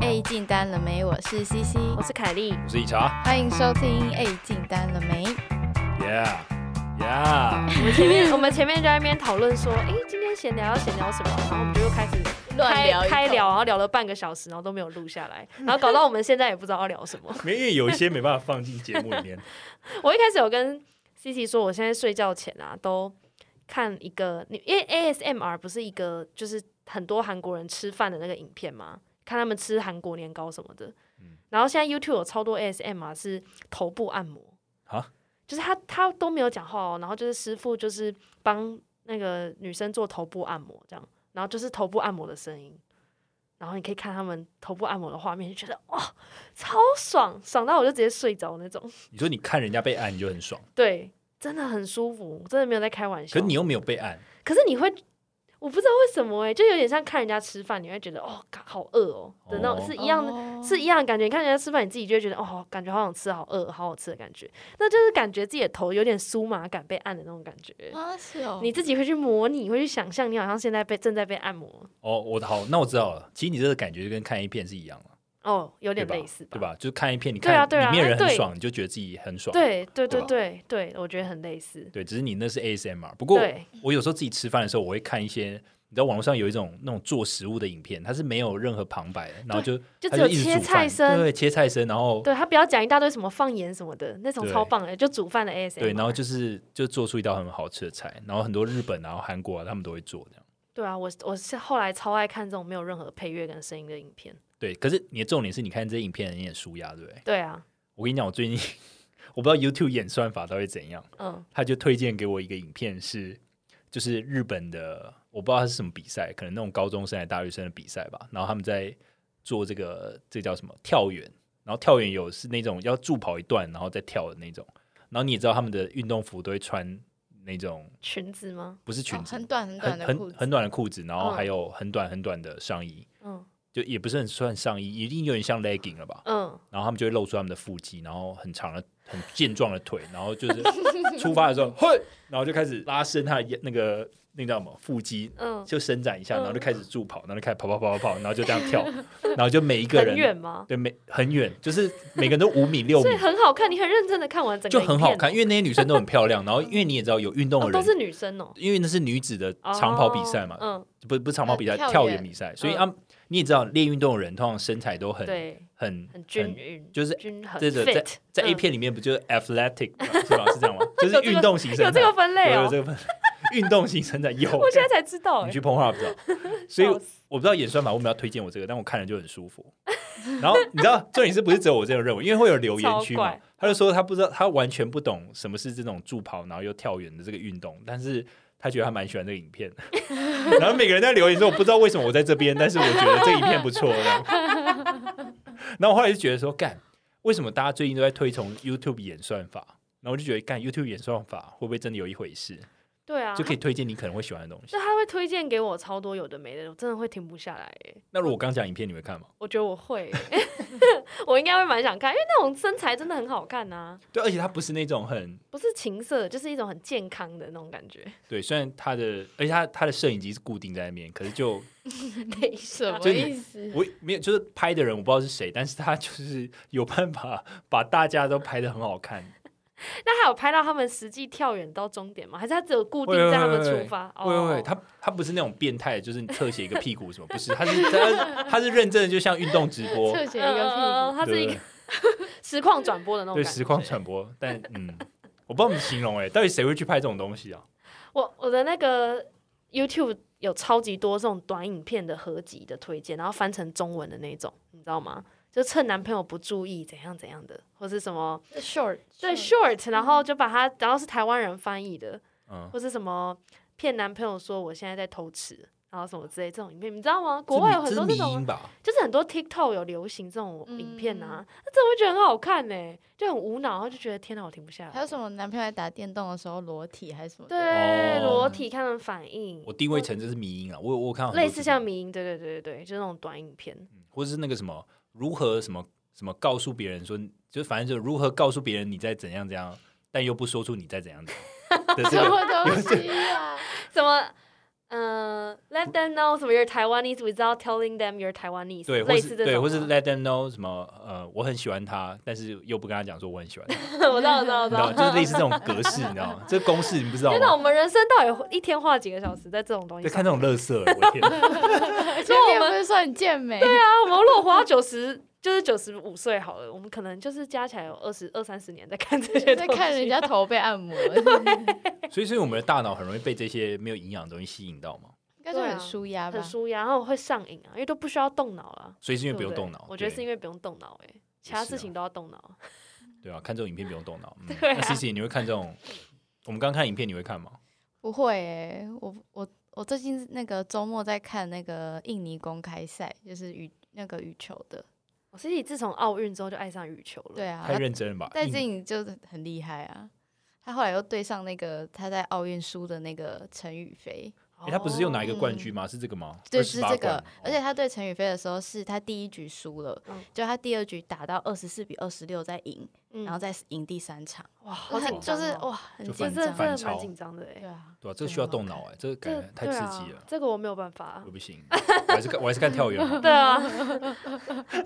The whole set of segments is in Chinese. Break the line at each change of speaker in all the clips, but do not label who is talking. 哎，进单了没？我是西西，
我是凯莉，
我是一茶
欢迎收听。哎，进单了没？
，Yeah Yeah，
我们前
嗯
面我们前面就在那边讨论说，哎、今天闲聊要闲聊什么，然后我们就又开始
乱聊
开
一通
开聊，然后聊了半个小时，然后都没有录下来，然后搞到我们现在也不知道要聊什么。
因为有一些没办法放进节目 里面，
我一开始有跟 C C 说，我现在睡觉前啊都看一个，你因为 ASMR 不是一个就是很多韩国人吃饭的那个影片吗？看他们吃韩国年糕什么的。然后现在 YouTube 有超多 ASMR 是头部按摩
啊，
就是他他都没有讲话哦，然后就是师傅就是帮那个女生做头部按摩这样，然后就是头部按摩的声音。然后你可以看他们头部按摩的画面，就觉得哇、超爽，爽到我就直接睡着那种。
你说你看人家被按你就很爽，
对，真的很舒服，真的没有在开玩笑。
可是你又没有被按，
可是你会，我不知道为什么哎、就有点像看人家吃饭，你会觉得哦，嘎好饿哦的那种，
哦
是一样的。
哦
是一样的感觉，你看人家吃饭，你自己就会觉得哦，感觉好想吃，好饿，好好吃的感觉。那就是感觉自己的头有点酥麻感被按的那种感觉。
啊，是哦。
你自己会去模拟，会去想象，你好像现在被正在被按摩，
哦，我好，那我知道了，其实你这个感觉就跟看 A 片是一样的，
哦，有
对
点
吧
类似？吧？
对吧？就是看 A 片，你
对啊
看
对啊
里面
哎
人很
对
爽，你就觉得自己很爽，
对对
对
对
吧
对对，我觉得很类似。
对，只是你那是 ASMR。不过
对，
我有时候自己吃饭的时候，我会看一些。你知道网络上有一种那种做食物的影片，它是没有任何旁白的，然后就
就
它
只有
一直
切
煮饭
菜声
对，切菜声，然后
对他不要讲一大堆什么放盐什么的，那种
对
超棒的，就煮饭的 ASM。
对，然后就是就做出一道很好吃的菜，然后很多日本然后韩国啊，他们都会做这样。
对啊，我我是后来超爱看这种没有任何配乐跟声音的影片。
对，可是你的重点是你看这些影片，你也舒压，对不对？
对啊，
我跟你讲，我最近我不知道 YouTube 演算法到底怎样，
嗯，
他就推荐给我一个影片是，就是日本的，我不知道它是什么比赛，可能那种高中生还是大学生的比赛吧。然后他们在做这个，这叫什么跳远？然后跳远有是那种要助跑一段，然后再跳的那种。然后你也知道他们的运动服都会穿那种
裙子吗？
不是裙
哦
子，
很短很短
很
的裤
很
子，
很短的裤子，然后
嗯
还有很短很短的上衣，
嗯
就也不是很算上衣，一定有点像 legging 了吧？
嗯，
然后他们就会露出他们的腹肌，然后很长的、很健壮的腿，然后就是 出发的时候，嘿，然后就开始拉伸他的腰那个那叫什么腹肌，
嗯
就伸展一下，
嗯
然后就开始助跑，然后就开始跑跑跑跑跑，然后就这样跳，然后就每一个
很远
人
吗？
对每很远，就是每个人都五米六
所
米
以，很好看，你很认真的看完整个
就
影片
很
哦，
好看，因为那些女生都很漂亮，然后因为你也知道有运动
哦
的
都
人，
是女生哦，
因为那是女子的
哦
长跑比赛嘛，
嗯，
不不是长跑比赛，
呃跳
跳
远
远比赛，所以
嗯
啊，你也知道练运动的人通常身材都很
对，
很
很均匀，
就是
均衡
这个
fit，
在
嗯
A 片里面不就是 athletic 嘛是吧？是这样吗？就是
这个
运动型身 材，
有这个分类
有有
哦
这。个分 运动型身材有。
我现在才知道，
你
哎
去碰话不知道， 所以
笑死
我不知道演算法为什么要推荐我这个，但我看了就很舒服。 然后你知道重点是不是只有我这样认为？因为会有留言区
超
嘛
怪，
他就说他不知道，他完全不懂什么是这种助跑，然后又跳远的这个运动，但是他觉得他蛮喜欢这个影片。 然后每个人在留言说我不知道为什么我在这边，但是我觉得这影片不错。这样 然后我后来就觉得说，干，为什么大家最近都在推崇 YouTube 演算法？然后我就觉得，干 YouTube 演算法会不会真的有一回事，
对啊，
就可以推荐你可能会喜欢的东 西
就？他会推荐给我超多有的没的，我真的会停不下来哎。
那如果我刚讲影片，你会看吗？
我觉得我会 欸， 我应该会蛮想看，因为那种身材真的很好看啊呐、
对，而且它不是那种很
不是情色，就是一种很健康的那种感觉。
对，虽然它的，而且它它的摄影机是固定在那边，可是就
等一
什
下，
么意思？
我没有，就是拍的人我不知道是谁，但是他就是 有办法把大家都拍的很好看。
那还有拍到他们实际跳远到终点吗？还是他只有固定
会
在他们
会会
出发？
会会
哦
会，他他不是那种变态，就是你侧写一个屁股什么，不是，他是他他是认真的，就像运动直播，
侧写一
嗯嗯
个
嗯
屁
他是一
对
个实况转播的那种
对
感
实
觉。
况传播，但嗯，我不知道怎么形容哎、到底谁会去拍这种东西啊？
我我的那个 YouTube 有超级多这种短影片的合集的推荐，然后翻成中文的那种，你知道吗？就趁男朋友不注意怎样怎样的，或是什么
股，short，
对 short，然后就把它，然后是台湾人翻译的，
嗯，
或是什么骗男朋友说我现在在偷吃，然后什么之类这种影片，你知道吗？
这
国外
迷
有很多
这
这
是迷
种，
因吧？
就是很多 TikTok 有流行这种
嗯
影片啊，那真的会觉得很好看呢、就很无脑，然后就觉得天哪，我停不下
啊还
来。
有什么男朋友在打电动的时候裸体还是什么的？
对，
哦
裸体看他们反应
我，定位成这是迷因啊，我有我有看到很多
类似
这种嗯
像迷音，对对对对对，就那种短影片。
或是那个什么如何什么什么告诉别人说，就反正就如何告诉别人你在怎样怎样，但又不说出你在怎样怎样的这
什
个
么东西啊？
什么？嗯、呃、 Let them know 什么 you're Taiwanese without telling them you're Taiwanese，
对，或
类似
是
这种
对，
吗。
或是 let them know 什么呃，我很喜欢他，但是又不跟他讲说我很喜欢 他，
我知道，我知道，我
你
知
知
道。
道，就是类似这种格式，你知道吗？这公式 你不知道
天哪，
吗？
我们人生到底一天花几个小时在这种东西
对，
上？
看这种乐色，我 的天，
前
我
面
们
不是说很健美？对
对啊，我们如果活到九十，就是九十五岁好了，我们可能就是加起来有二十二三十年在看这些东
在
西。
看人家头被按摩，
啊
所以所以我们的大脑很容易被这些没有营养的东西吸引到嘛，
应该是很舒压吧
啊很？舒压，然后会上瘾啊，因为都不需要动脑了、啊，
所以是因为
对
不用
对
动脑，
我觉得是因
为
为不用动脑哎、其
也
他
是
事
啊
情都要动脑。
对啊，看这种影片不用动脑。嗯
对啊
那 C C 你会看这种？我们刚看影片你会看吗？
不会诶、我我我最近那个周末在看那个印尼公开赛，就是羽那个羽球的，
我自己自从奥运之后就爱上羽球了。
对啊，
太认真了吧？
戴
硬
志颖就是很厉害啊。他后来又对上那个他在奥运输的那个陈宇飞，
哦，
诶他不是又拿一个冠军吗？是这个吗？
对，是
28
这
冠哦
个
吗。
而且他对陈宇飞的时候，是他第一局输了，
嗯
就他第二局打到二十四比二十六再赢，
嗯
然后再赢第三场，
哇，好
就是
紧
很就
张
是
哦，
哇，很
就
这
紧
这
张
真，
反
的
超
蛮紧张的哎、
对啊，
对啊，这个
真
需要
的好
动脑哎，这个感
这
觉太刺激
对啊
了，，嗯
这个我没有办法啊
我。不行，我还是看我还是看跳远好哦了。
对 啊，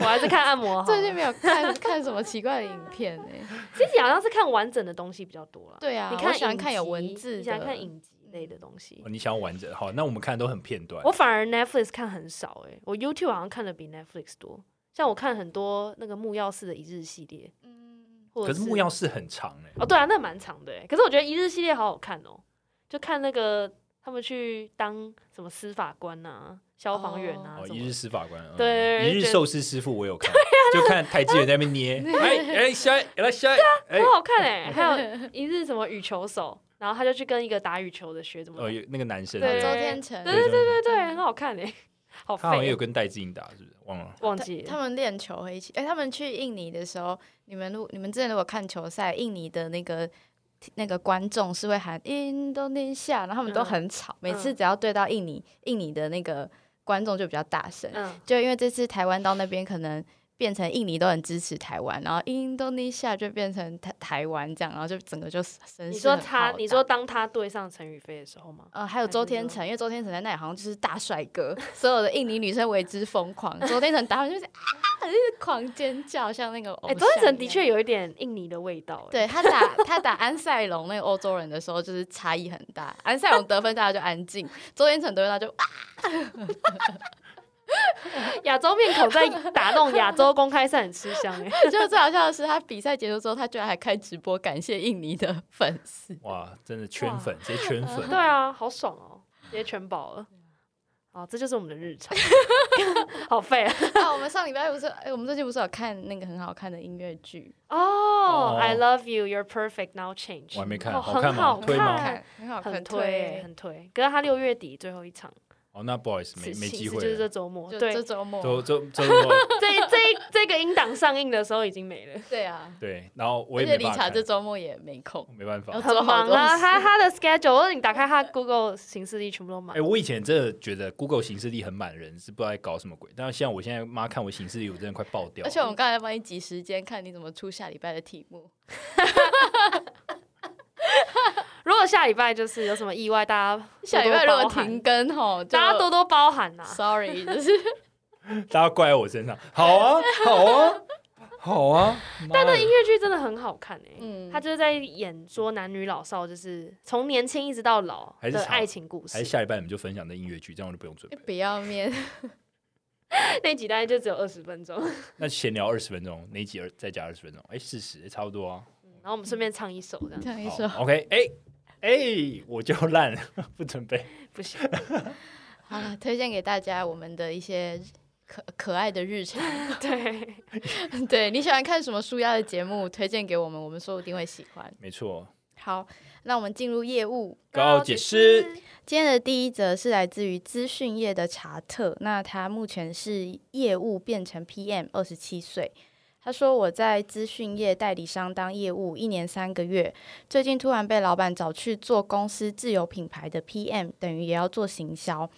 我还是看按摩好了。
最近没有看看什么奇怪的影片呢、
自己好像是看完整的东西比较多了。
对啊，
你
我
看
喜欢
影
看有
集
文字
你
的，
喜欢看影集类的东西
哦。你想要完整好，那我们看都很片段
我。反而 Netflix 看很少诶、我 YouTube 好像看的比 Netflix 多。像我看很多那个木曜式的一日系列，
嗯，
或者
可是木曜式很长哎，
哦，对啊，那蛮长的、欸。可是我觉得一日系列好好看哦、就看那个他们去当什么司法官呐、消防员啊
哦，
什
一
么
日。司法官，嗯
对啊
一日
觉得
寿司师傅我有看，就看台积人在那边 捏，哎哎下一来下一，
啊
哎
很好看 哎、还有一日什么羽球手，然后他就去跟一个打羽球的学怎么
哦
打，
有那个男生，
周
对
天成，
对对对对对，很好看哎、 好
他好像
废
有
哦、
跟戴志颖打，是不是？忘了。
忘
他
记了
他们练球会一起。哎、他们去印尼的时候，你们如你们之前如果看球赛，印尼的那个那个观众是会喊印度尼西亚，然后他们都
嗯
很吵，每次
嗯
只要对到印尼印尼的那个观众就比较大声。
嗯，
就因为这次台湾到那边可能。变成印尼都很支持台湾，然后印度尼西亚就变成台台湾这样，然后就整个就声势
你说
很浩
他，你
大
说当他对上陈宇飞的时候吗？
呃，还有
还
周
是
天
说
成，因为周天成在那里好像就是大帅哥， 所有的印尼女生为之疯狂。周天成打完就是啊，就是狂尖叫，像那个偶
哎、
像一样。
周星辰的确有一点印尼的味道、哎，
对他打他打安塞龙那个欧洲人的时候，就是差异很大。安塞龙得分大家就安静，周天成得分大家就啊
亚洲面孔在打那种亚洲公开赛很吃香哎、
啊就最好笑的是，他比赛结束之后，他居然还开直播感谢印尼的粉丝。
哇，真的圈粉，直接 圈粉。
对啊，好爽哦、直接全饱了。好，这就是我们的日常， 好废啊！
啊，我们上礼拜不是，哎、我们最近不是有看那个很好看的音乐剧，
哦、i love you, you're perfect, now change。
我还没看
哦
好看
很
吗
好
推吗
看，
很好看，
很推欸，
推，
很推。可是他六月底最后一场，
哦，那不好意思，没
是
没
其
机
实
会
就是这
了。
周末。
就
对，
这
这
周末，
周周周 末
这一这个音档上映的时候已经没了，
对啊。
对，然后我
而
也
且
没
理
办法
查
看
这周末也没空
我，哦没办法
要。
很
做好
忙
多
啊。
事
他他的 schedule，或者你打开他的 Google 形式力全部都满
哎，。我以前真的觉得 Google 形式力很满人，是不知道在搞什么鬼。但是像我现在妈看我形式力，我真的快爆掉
而。且我们刚才帮你挤时间，看你怎么出下礼拜的题目。
如果下礼拜就是有什么意外，大家
下礼拜如果
多多包涵
停更吼，就
大家多多包涵啊呐、
sorry，就是
大家怪在我身上，好啊，好啊，好啊。但那
音乐剧真的很好看哎、
嗯
他就是在演说男女老少，就是从年轻一直到老
还是
的
吵
爱情故
还
事。
是下礼拜你们就分享这音乐剧，这样我就不用准备
不要面。
那几代就只有二十分钟，
那闲聊二十分钟，那一集二再加二十分钟，哎，四十，差不多啊。
然后我们顺便唱一首，这 样
这样一
好
说，
，OK，哎哎，我就烂， 不准备。
不行。
好了，推荐给大家我们的一些可可爱的日常。
对，
对你喜欢看什么舒压的节目，推荐给我们，我们说不定会喜欢。
没错，
好，那我们进入业务。
高解释。
今天的第一则是来自于资讯业的查特，那他目前是业务变成 PM，二十七岁。他说我在资讯业代理商当业务一年三个月，最近突然被老板找去做公司自有品牌的 PM，等于也要做行销。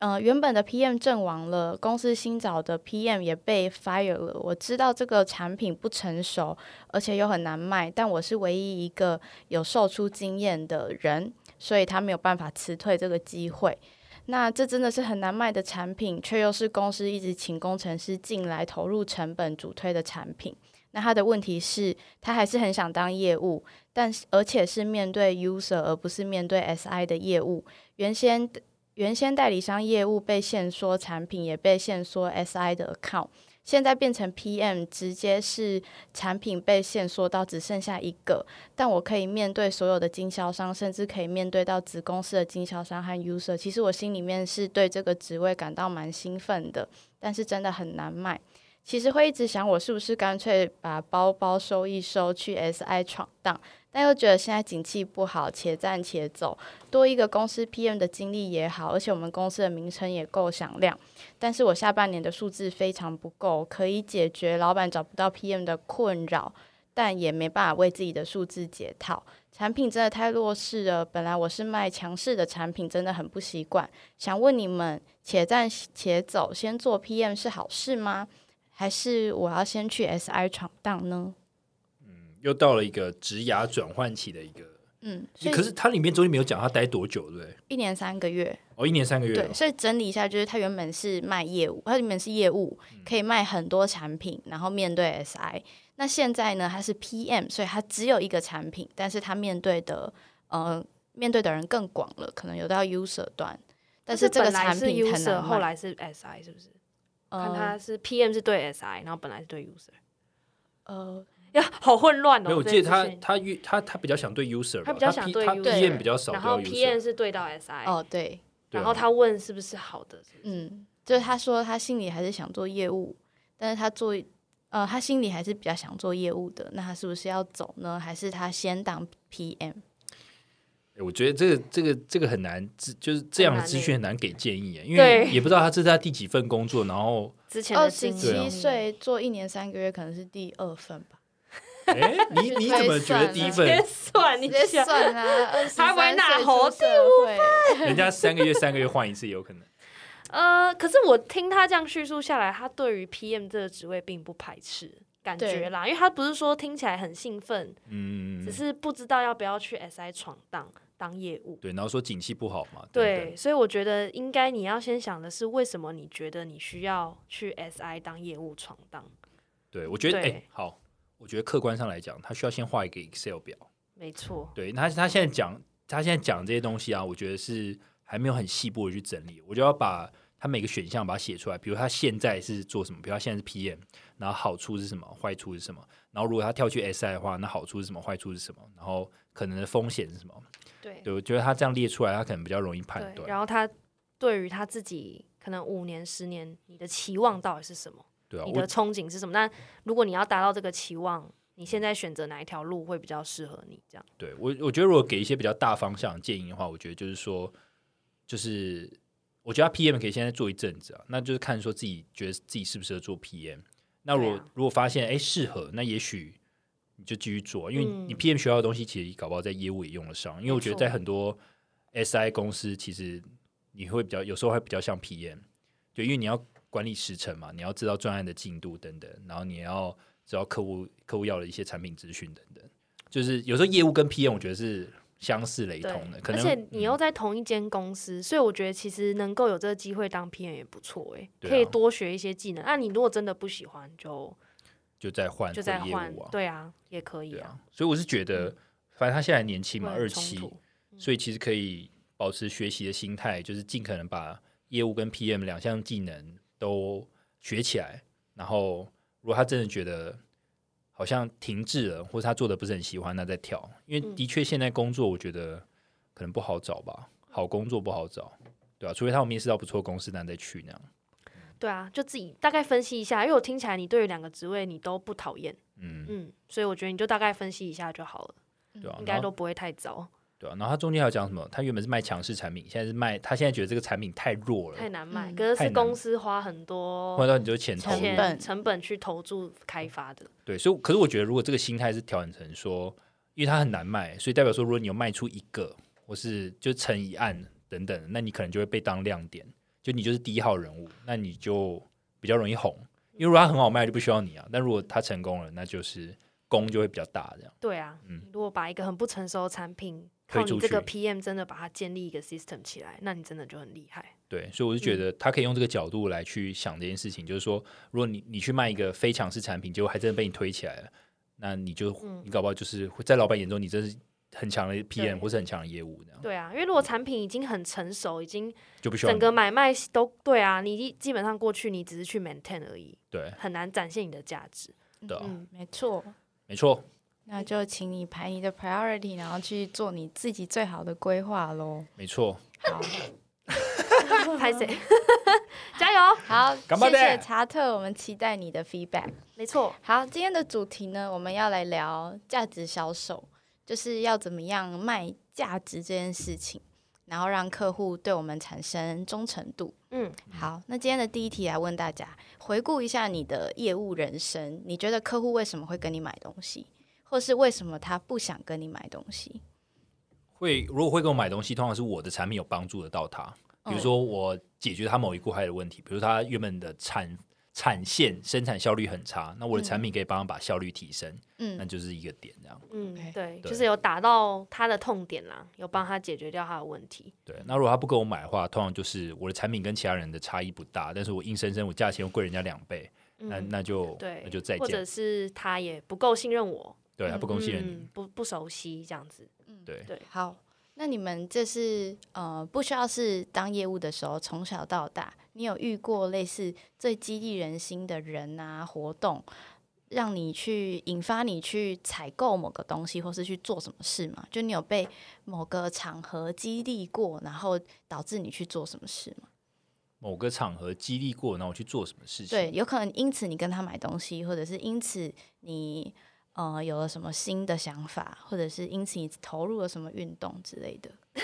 呃，原本的 PM 阵亡了，公司新找的 PM 也被 fire 了。我知道这个产品不成熟，而且又很难卖，但我是唯一一个有售出经验的人，所以他没有办法辞退这个机会。那这真的是很难卖的产品，却又是公司一直请工程师进来投入成本主推的产品。那他的问题是，他还是很想当业务，但是而且是面对 user 而不是面对 SI 的业务。原先原先代理商业务被限缩产品，也被限缩 SI 的 account。现在变成 PM，直接是产品被限缩到只剩下一个，但我可以面对所有的经销商，甚至可以面对到子公司的经销商和 user。其实我心里面是对这个职位感到蛮兴奋的，但是真的很难卖。其实会一直想，我是不是干脆把包包收一收，去 SI 闯荡？但又觉得现在景气不好，且战且走，多一个公司 PM 的经历也好，而且我们公司的名称也够响亮。但是我下半年的数字非常不够，可以解决老板找不到 PM 的困扰，但也没办法为自己的数字解套。产品真的太弱势了，本来我是卖强势的产品，真的很不习惯。想问你们，且战且走，先做 PM 是好事吗？还是我要先去 SI 闯荡呢？
又到了一个职涯转换期的一个。
嗯，所以
可是它里面中间没有讲他待多久，对不对？
一年三个月，
哦，一年三个月
对
哦，，
所以整理一下，就是他原本是卖业务，他原本是业务，可以卖很多产品，然后面对 SI。那现在呢，他是 PM，所以他只有一个产品，但是他面对的呃面对的人更广了，可能有到 user 端，但
是
这个
本来
产
是
品很
user，
难
后
卖。
来是 SI，是不是？看
呃
他是 PM 是对 SI，然后本来是对 user，
呃，
呀，好混乱哦。
没有，我
这
记得
件
他
事情
他越他他比较想对 user，吧
他比较
P-
想对
他
user
PM 比较少对
然后
user，
PM 是对到 SI，、
哦对，
对啊
然后他问是不是好的，是不是
嗯，就是他说他心里还是想做业务，但是他做呃他心里还是比较想做业务的，那他是不是要走呢？还是他先当 PM？
欸我觉得这个这个这个很难，资就是这样的
很难
资
欸
讯很难给建议耶，因为
对
也不知道他这是他第几份工作，然后
之前
二
的
十
经
对
七
啊
历
岁做一年三个月，可能是第二份吧。
哎、你你怎么觉得第一份
别算你
直接
想
算啊，二十三
他不会
岁
纳
出
猴
社会，
人家三个月三个月换一次也有可能？
呃，可是我听他这样叙述下来，他对于 PM 这个职位并不排斥，感觉啦，因为他不是说听起来很兴奋，
嗯
只，是不知道要不要去 SI 闯荡当业务。
对，然后说景气不好嘛，等
对，
等，
所以我觉得应该你要先想的是，为什么你觉得你需要去 SI 当业务闯荡？
对我觉得哎、
对
好，我觉得客观上来讲，他需要先画一个 Excel 表，
没错，
对，他他现在讲他现在讲这些东西啊，我觉得是还没有很细部的去整理，我就要把他每个选项把它写出来，比如他现在是做什么，比如他现在是 PM，然后好处是什么，坏处是什么，然后如果他跳去 SI 的话，那好处是什么，坏处是什么，然后可能的风险是什么，
对
对我觉得他这样列出来，他可能比较容易判
对，
断，
然后他对于他自己可能五年、十年，你的期望到底是什么？
对啊，
你
我
的憧憬是什么？那如果你要达到这个期望，你现在选择哪一条路会比较适合你？这样
对我，我觉得如果给一些比较大方向的建议的话，我觉得就是说，就是我觉得他 PM 可以现在做一阵子啊，那就是看说自己觉得自己适不适合做 PM。那如果、
对啊
如果发现哎适合，那也许你就继续做，啊因为
嗯
你 PM 学到的东西，其实搞不好在业务也用得上。因为我觉得
没错
在很多 SI 公司，其实你会比较有时候会比较像 PM，对，因为你要管理时程嘛，你要知道专案的进度等等，然后你也要知道客户客户要的一些产品资讯等等，就是有时候业务跟 PM 我觉得是相似雷同的，可
而
能
且你又
嗯
在同一间公司，所以我觉得其实能够有这个机会当 PM 也不错诶、
对啊
可以多学一些技能。那、啊你如果真的不喜欢，就
就在换
就再
回业
换
务，啊，
对啊，也可以
对
啊，
啊，所以我是觉得，反正他现在很年轻嘛，
嗯不会
二
很
七
冲，突嗯
所以其实可以保持学习的心态，就是尽可能把业务跟 PM 两项技能都学起来。然后，如果他真的觉得好像停滞了，或者他做的不是很喜欢，那再跳。因为
嗯
的确现在工作，我觉得可能不好找吧，好工作不好找，对吧、啊除非他有面试到不错的公司，那再去那样。
对啊，就自己大概分析一下，因为我听起来你对于两个职位你都不讨厌，
嗯，
嗯，所以我觉得你就大概分析一下就好了，
对啊，
嗯应
然
该
后
都不会太糟，
对啊。然后他中间还有讲什么？他原本是卖强势产品，现在是卖他现在觉得这个产品太弱了，
太难卖。
嗯
可是是
太难
公司花很多
换到你就钱投
成本
入
钱成本去投注
嗯
开发的，
对，所以可是我觉得，如果这个心态是调整成说，因为它很难卖，所以代表说，如果你有卖出一个，或是就乘一案等等，那你可能就会被当亮点，就你就是第一号人物，那你就比较容易红。因为如果它很好卖，就不需要你啊。但如果它成功了，那就是功就会比较大，这样。
对啊，你如果把一个很不成熟的产品
嗯推
靠
出
你
去
这个 PM 真的把它建立一个 system 起来，那你真的就很厉害。
对，所以我就
嗯
觉得他可以用这个角度来去想这件事情，就是说，如果你你去卖一个非强势产品，结果还真的被你推起来了，那你就、你搞不好就是会在老板眼中你真是很强的 PM
嗯对
或是很强的业务，这样
对啊，因为如果产品已经很成熟，已经
就不需要
整
你
个买卖都对啊，你基本上过去你只是去 maintain 而已，
对
很难展现你的价 值。
对啊、
嗯，
没错。
没错。
那就请你排你的 priority，然后去做你自己最好的规划喽。
没错，
好，
拍谁？ 加油！
好，
干巴
谢
爹
谢查特，我们期待你的 feedback。
没错，
好，今天的主题呢，我们要来聊价值销售，就是要怎么样卖价值这件事情，然后让客户对我们产生忠诚度。
嗯，
好，那今天的第一题来问大家，回顾一下你的业务人生，你觉得客户为什么会跟你买东西，或是为什么他不想跟你买东西？
会如果会跟我买东西，通常是我的产品有帮助得到他，比
哦
如说我解决他某一块的问题，比如说他原本的产产线生产效率很差，那我的产品可以帮他把效率提升，那
嗯，
就是一个点这样。
嗯，
OK
对，
对
就是有打到他的痛点啦，有帮他解决掉他的问题。
对，那如果他不跟我买的话，通常就是我的产品跟其他人的差异不大，但是我硬生生我价钱又贵人家两倍，那
嗯，
那就
对，
那就再
或者
见。
是他也不够信任我，
对，他不公信任你，
嗯，不不熟悉这样子。
对，
对
好，那你们这是呃，不需要是当业务的时候，从小到大，你有遇过类似最激励人心的人啊活动，让你去引发你去采购某个东西，或是去做什么事吗？就你有被某个场合激励过，然后导致你去做什么事吗？
某个场合激励过，然后我去做什么事情？
对，有可能因此你跟他买东西，或者是因此你呃有了什么新的想法，或者是因此你投入了什么运动之类的。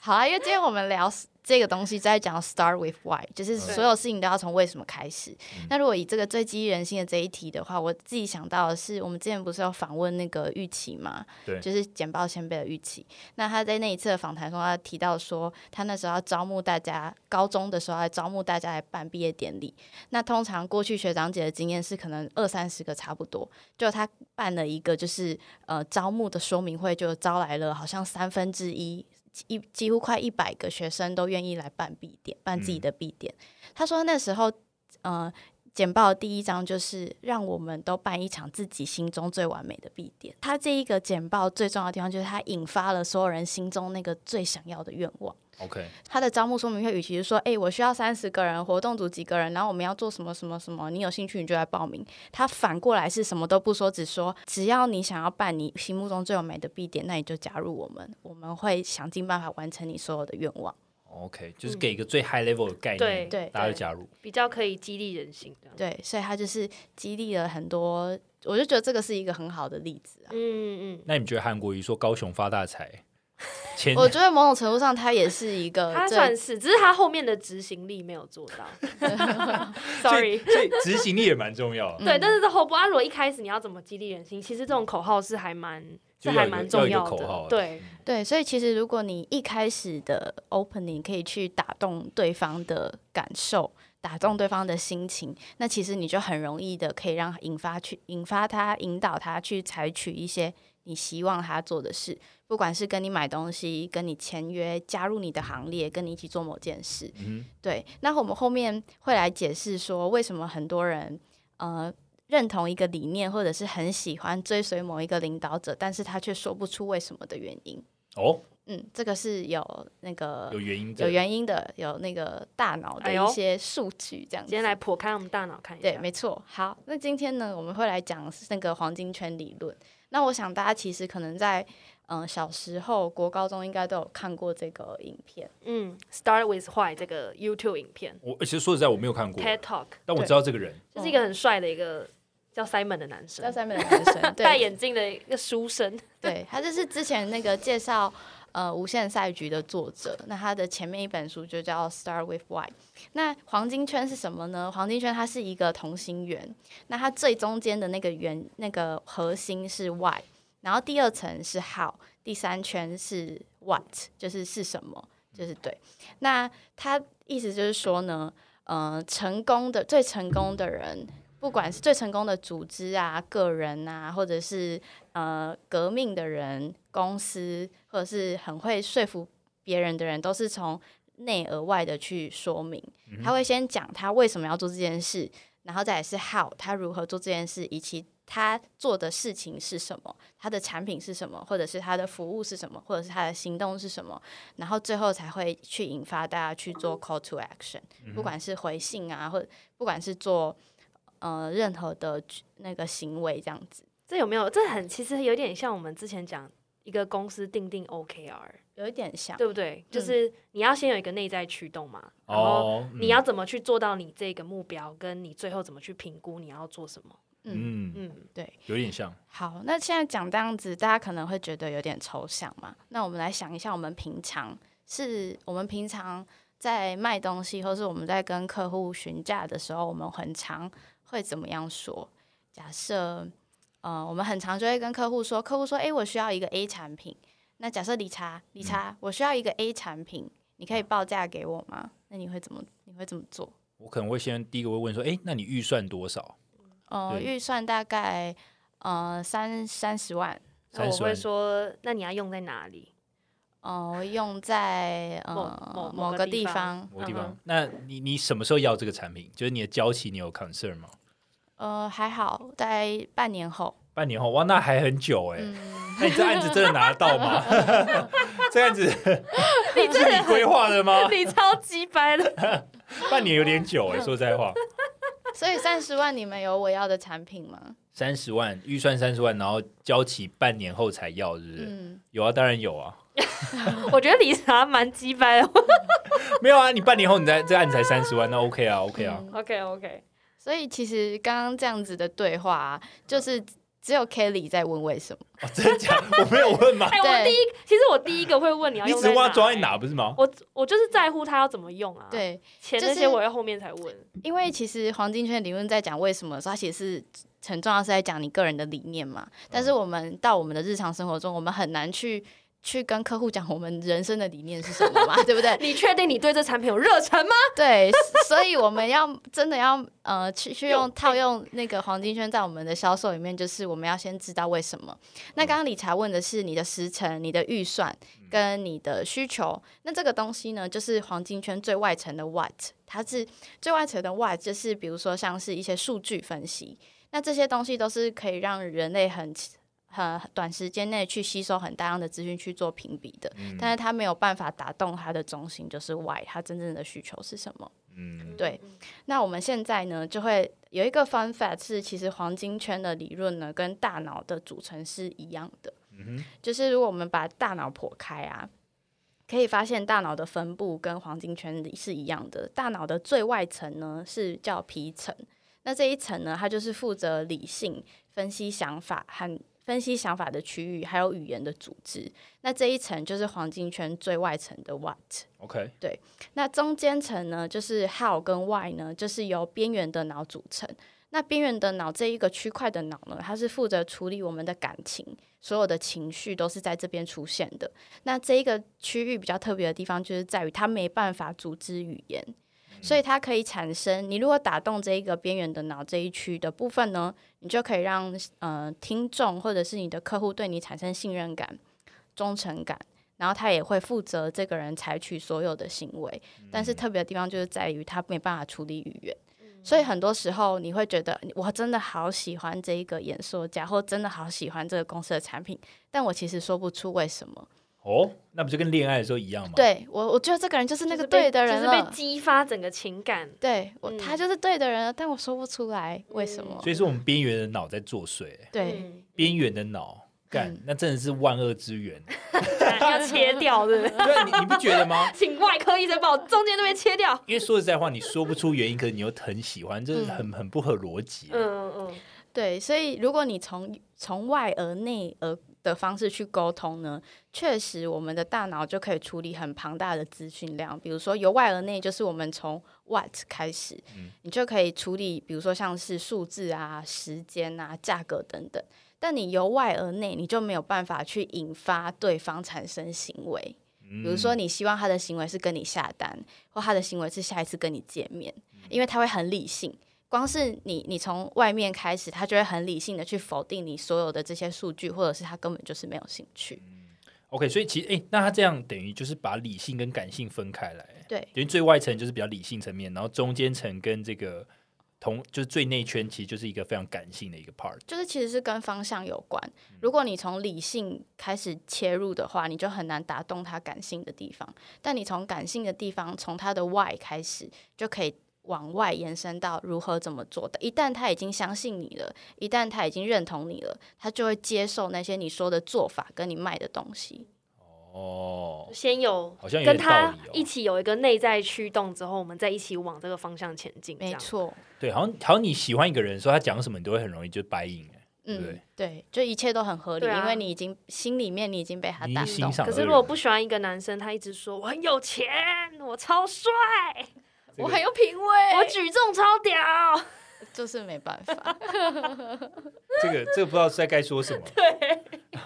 好啊，因为今天我们聊 s- 这个东西，在讲 start with why，就是
嗯
所有事情都要从为什么开始。那如果以这个最激励人心的这一题的话，我自己想到的是，我们之前不是有访问那个玉琪嘛，
对
就是简报先辈的玉琪。那他在那一次的访谈中，他提到说，他那时候要招募大家，高中的时候要招募大家来办毕业典礼，那通常过去学长姐的经验是，可能二三十个差不多。就他办了一个就是呃招募的说明会，就招来了好像三分之一，一几乎快一百个学生都愿意来办必点，办自己的必点。他说那时候呃简报的第一章就是让我们都办一场自己心中最完美的必点。他这一个简报最重要的地方就是他引发了所有人心中那个最想要的愿望。
，OK，
他的招募说明会，与其是说，哎、我需要三十个人，活动组几个人，然后我们要做什么什么什么，你有兴趣你就来报名。他反过来是什么都不说，只说只要你想要办你心目中最完美的 B 点，那你就加入我们，我们会想尽办法完成你所有的愿望。
OK，就是给一个最 high level 的概念，
嗯对
对
大家就
对
加入。
比较可以激励人心这样。
对，所以他就是激励了很多，我就觉得这个是一个很好的例子啊。
嗯嗯
那你们觉得韩国瑜说高雄发 大财，前
我觉得某种程度上，他也是一个
嗯，他
最
算是，只是他后面的执行力没有做到。Sorry，
所以所以执行力也蛮重要 啊，
对，但是这后不啊，如果一开始你要怎么激励人心，其实这种口号是还蛮是
就要有
还蛮重
要有一
要
个口号
的
的，
对，
对，所以其实如果你一开始的 opening 可以去打动对方的感受，打动对方的心情，那其实你就很容易的可以让引发去引发他、引导他去采取一些你希望他做的事，不管是跟你买东西、跟你签约、加入你的行列、跟你一起做某件事，
嗯
对，那我们后面会来解释说，为什么很多人呃认同一个理念，或者是很喜欢追随某一个领导者，但是他却说不出为什么的原因。
哼，哦，
嗯，这个是有那个
有原因的，
有原因的，有那个大脑的
哎
一
呦
些数据这样子。
今天来剖开我们大脑看一
对，
下。
没错。好，那今天呢，我们会来讲是那个黄金圈理论。那我想大家其实可能在嗯、呃小时候国高中应该都有看过这个影片。
嗯，Start with Why 这个 YouTube 影片
我而且说实在我没有看过，
TED Talk，
但我
对
知道这个人，
就是一个很帅的一个叫 Simon 的男
那
生，
上面的男 生对
戴眼镜的一个书生。
对他就是之前那个介绍呃无限赛局的作者，那他的前面一本书就叫《Start with Why》。那黄金圈是什么呢？黄金圈它是一个同心圆，那它最中间的那个圆那个核心是 Why，然后第二层是 How，第三圈是 What，就是是什么，就是对。那他意思就是说呢，呃，成功的最成功的人不管是最成功的组织啊、个人啊，或者是呃革命的人、公司，或者是很会说服别人的人，都是从内而外的去说明。他会先讲他为什么要做这件事，然后再来是 how 他如何做这件事，以及他做的事情是什么，他的产品是什么，或者是他的服务是什么，或者是他的行动是什么，然后最后才会去引发大家去做 call to action，、不管是回信啊，或不管是做呃任何的举那个行为这样子，
这有没有？这很其实有点像我们之前讲一个公司定定 OKR，
有一点像。
对不对？
嗯
就是你要先有一个内在驱动嘛，然后
哦，
你要怎么去做到你这个目标，跟你最后怎么去评估你要做什么？
嗯，嗯
嗯，
有点像，
好，那现在讲这样子，大家可能会觉得有点抽象嘛。那我们来想一下，我们平常是我们平常在卖东西，或是我们在跟客户询价的时候，我们很常会怎么样说？假设，呃，我们很常就会跟客户说，客户说，诶，我需要一个 A 产品。那假设理查，理查，我需要一个 A 产品，你可以报价给我吗？那你会怎么？你会怎么做？
我可能会先第一个会问说，哎，那你预算多少？
呃，
对
预算大概呃三三十万。
那哦我
30
会
万
说，那你要用在哪 里？
哦，用在
某
呃
某某
某
个
个
地
地
方
方，
某个地
嗯
方？那你你什么时候要这个产品？就是你的交期，你有 concern 吗？
呃，还好，在半年后，
半年后，哇，那还很久哎、
嗯，
那你这案子真的拿得 到吗？ 这案子你是你规划的 吗？
你超级白了，
半年有点久哎、说实在话，
所以三十万你们有我要的产品吗？
三十万预算三十万，然后交期半年后才要，是不是？
嗯，
有啊，当然有啊。
我觉得理查蛮鸡掰的。
没有啊，你半年后你再这案子才三十万，那 OK 啊，OK 啊。
嗯
OK OK，
所以其实刚刚这样子的对话啊、就是只有 Kelly 在问为什么，
哦， 真的假的？我没有问嘛
哎、，我
对
第一，其实我第一个会问你要
你
用
只
在
是
哪、
挖抓在
哎
哪不是吗？
我我就是在乎他要怎么用啊，，
对，
钱
就
那
是
些我要后面才问。
因为其实黄金圈理论在讲为什么的时候，它其实是很重要是在讲你个人的理念嘛。但是
嗯
我们到我们的日常生活中，我们很难去去跟客户讲我们人生的理念是什么 嘛，对不对？
你确定你对这产品有热忱吗？
对，所以我们要真的要呃去去用套用那个黄金圈在我们的销售里面，就是我们要先知道为什么。那刚刚理查问的是你的时程、你的预算跟你的需求，那这个东西呢，就是黄金圈最外层的 what，它是最外层的 what，就是比如说像是一些数据分析，那这些东西都是可以让人类很。很短时间内去吸收很大量的资讯去做评比的，但是他没有办法打动他的中心，就是 why 他真正的需求是什么。
嗯，
对，那我们现在呢，就会有一个 fun fact 是，其实黄金圈的理论呢，跟大脑的组成是一样的。
嗯
就是如果我们把大脑剖开啊，可以发现大脑的分布跟黄金圈是一样的。大脑的最外层呢是叫皮层，那这一层呢，它就是负责理性分析想法和分析想法的区域，还有语言的组织。那这一层就是黄金圈最外层的 what。
，OK，
那中间层呢，就是 how 跟 why 呢，就是由边缘的脑组成。那边缘的脑这一个区块的脑呢，它是负责处理我们的感情，所有的情绪都是在这边出现的。那这一个区域比较特别的地方，就是在于它没办法组织语言，所以它可以产生。你如果打动这一个边缘的脑这一区的部分呢，你就可以让呃听众或者是你的客户对你产生信任感、忠诚感，然后他也会负责这个人采取所有的行为。但
嗯
是特别的地方就是在于他没办法处理语言，所以很多时候你会觉得我真的好喜欢这一个演说家，或真的好喜欢这个公司的产品，但我其实说不出为什
嗯
么。
哦，那不就跟恋爱的时候一样吗？，
对我，我觉得这个人就是那
就是
个
被
对的人
就是被
了。
激发整个情感。
对我，
嗯
他就是对的人了，但我说不出来为什么
所。以是我们边缘的脑在作祟、欸
对，
嗯，
边缘的脑。干
嗯，
那真的是万恶之源。
要切掉，对不 对？
对啊，你你不觉得吗？
请外科医生把我中间那边切掉。
因为说实在话，你说不出原因，可是你又很喜欢，这是
嗯
很很不合逻辑。欸
嗯嗯
对，所以如果你从从外而内而的方式去沟通呢，确实我们的大脑就可以处理很庞大的资讯量。比如说由外而内，就是我们从 what 开始，你就可以处理，比如说像是数字啊、时间啊、价格等等。但你由外而内，你就没有办法去引发对方产生行为。
比
比如说，你希望他的行为是跟你下单，或他的行为是下一次跟你见面，因为他会很理性。光是你你从外面开始，他就会很理性的去否定你所有的这些数据，或者是他根本就是没有兴趣。
OK，所以其实诶，那他这样等于就是把理性跟感性分开来，
对
等于最外层就是比较理性层面，然后中间层跟这个同就是最内圈，其实就是一个非常感性的一个 part。
就是其实是跟方向有关。
嗯
如果你从理性开始切入的话，你就很难打动他感性的地方。但你从感性的地方，从他的 why 开始，就可以往外延伸到如何怎么做的。一旦他已经相信你了，一旦他已经认同你了，他就会接受那些你说的做法跟你卖的东西。
哦，
嗯先有
好像有
跟
点道
他
理
一
哦。
起有一个内在驱动之后，我们再一起往这个方向前进。这
没
样，
错，
对，好像好像你喜欢一个人，说他讲什么，你都会很容易就掰硬。
嗯
对，
对，就一切都很合理，
对啊
因为你已经心里面你已经被他
你已
打
欣
动。
赏
可
了
是如果不喜欢一个男生，他一直说我很有钱，我超帅，
这
我
个
很有品味，
我举重超屌，
就是没办法。
这个这个不知道是在该 说什么，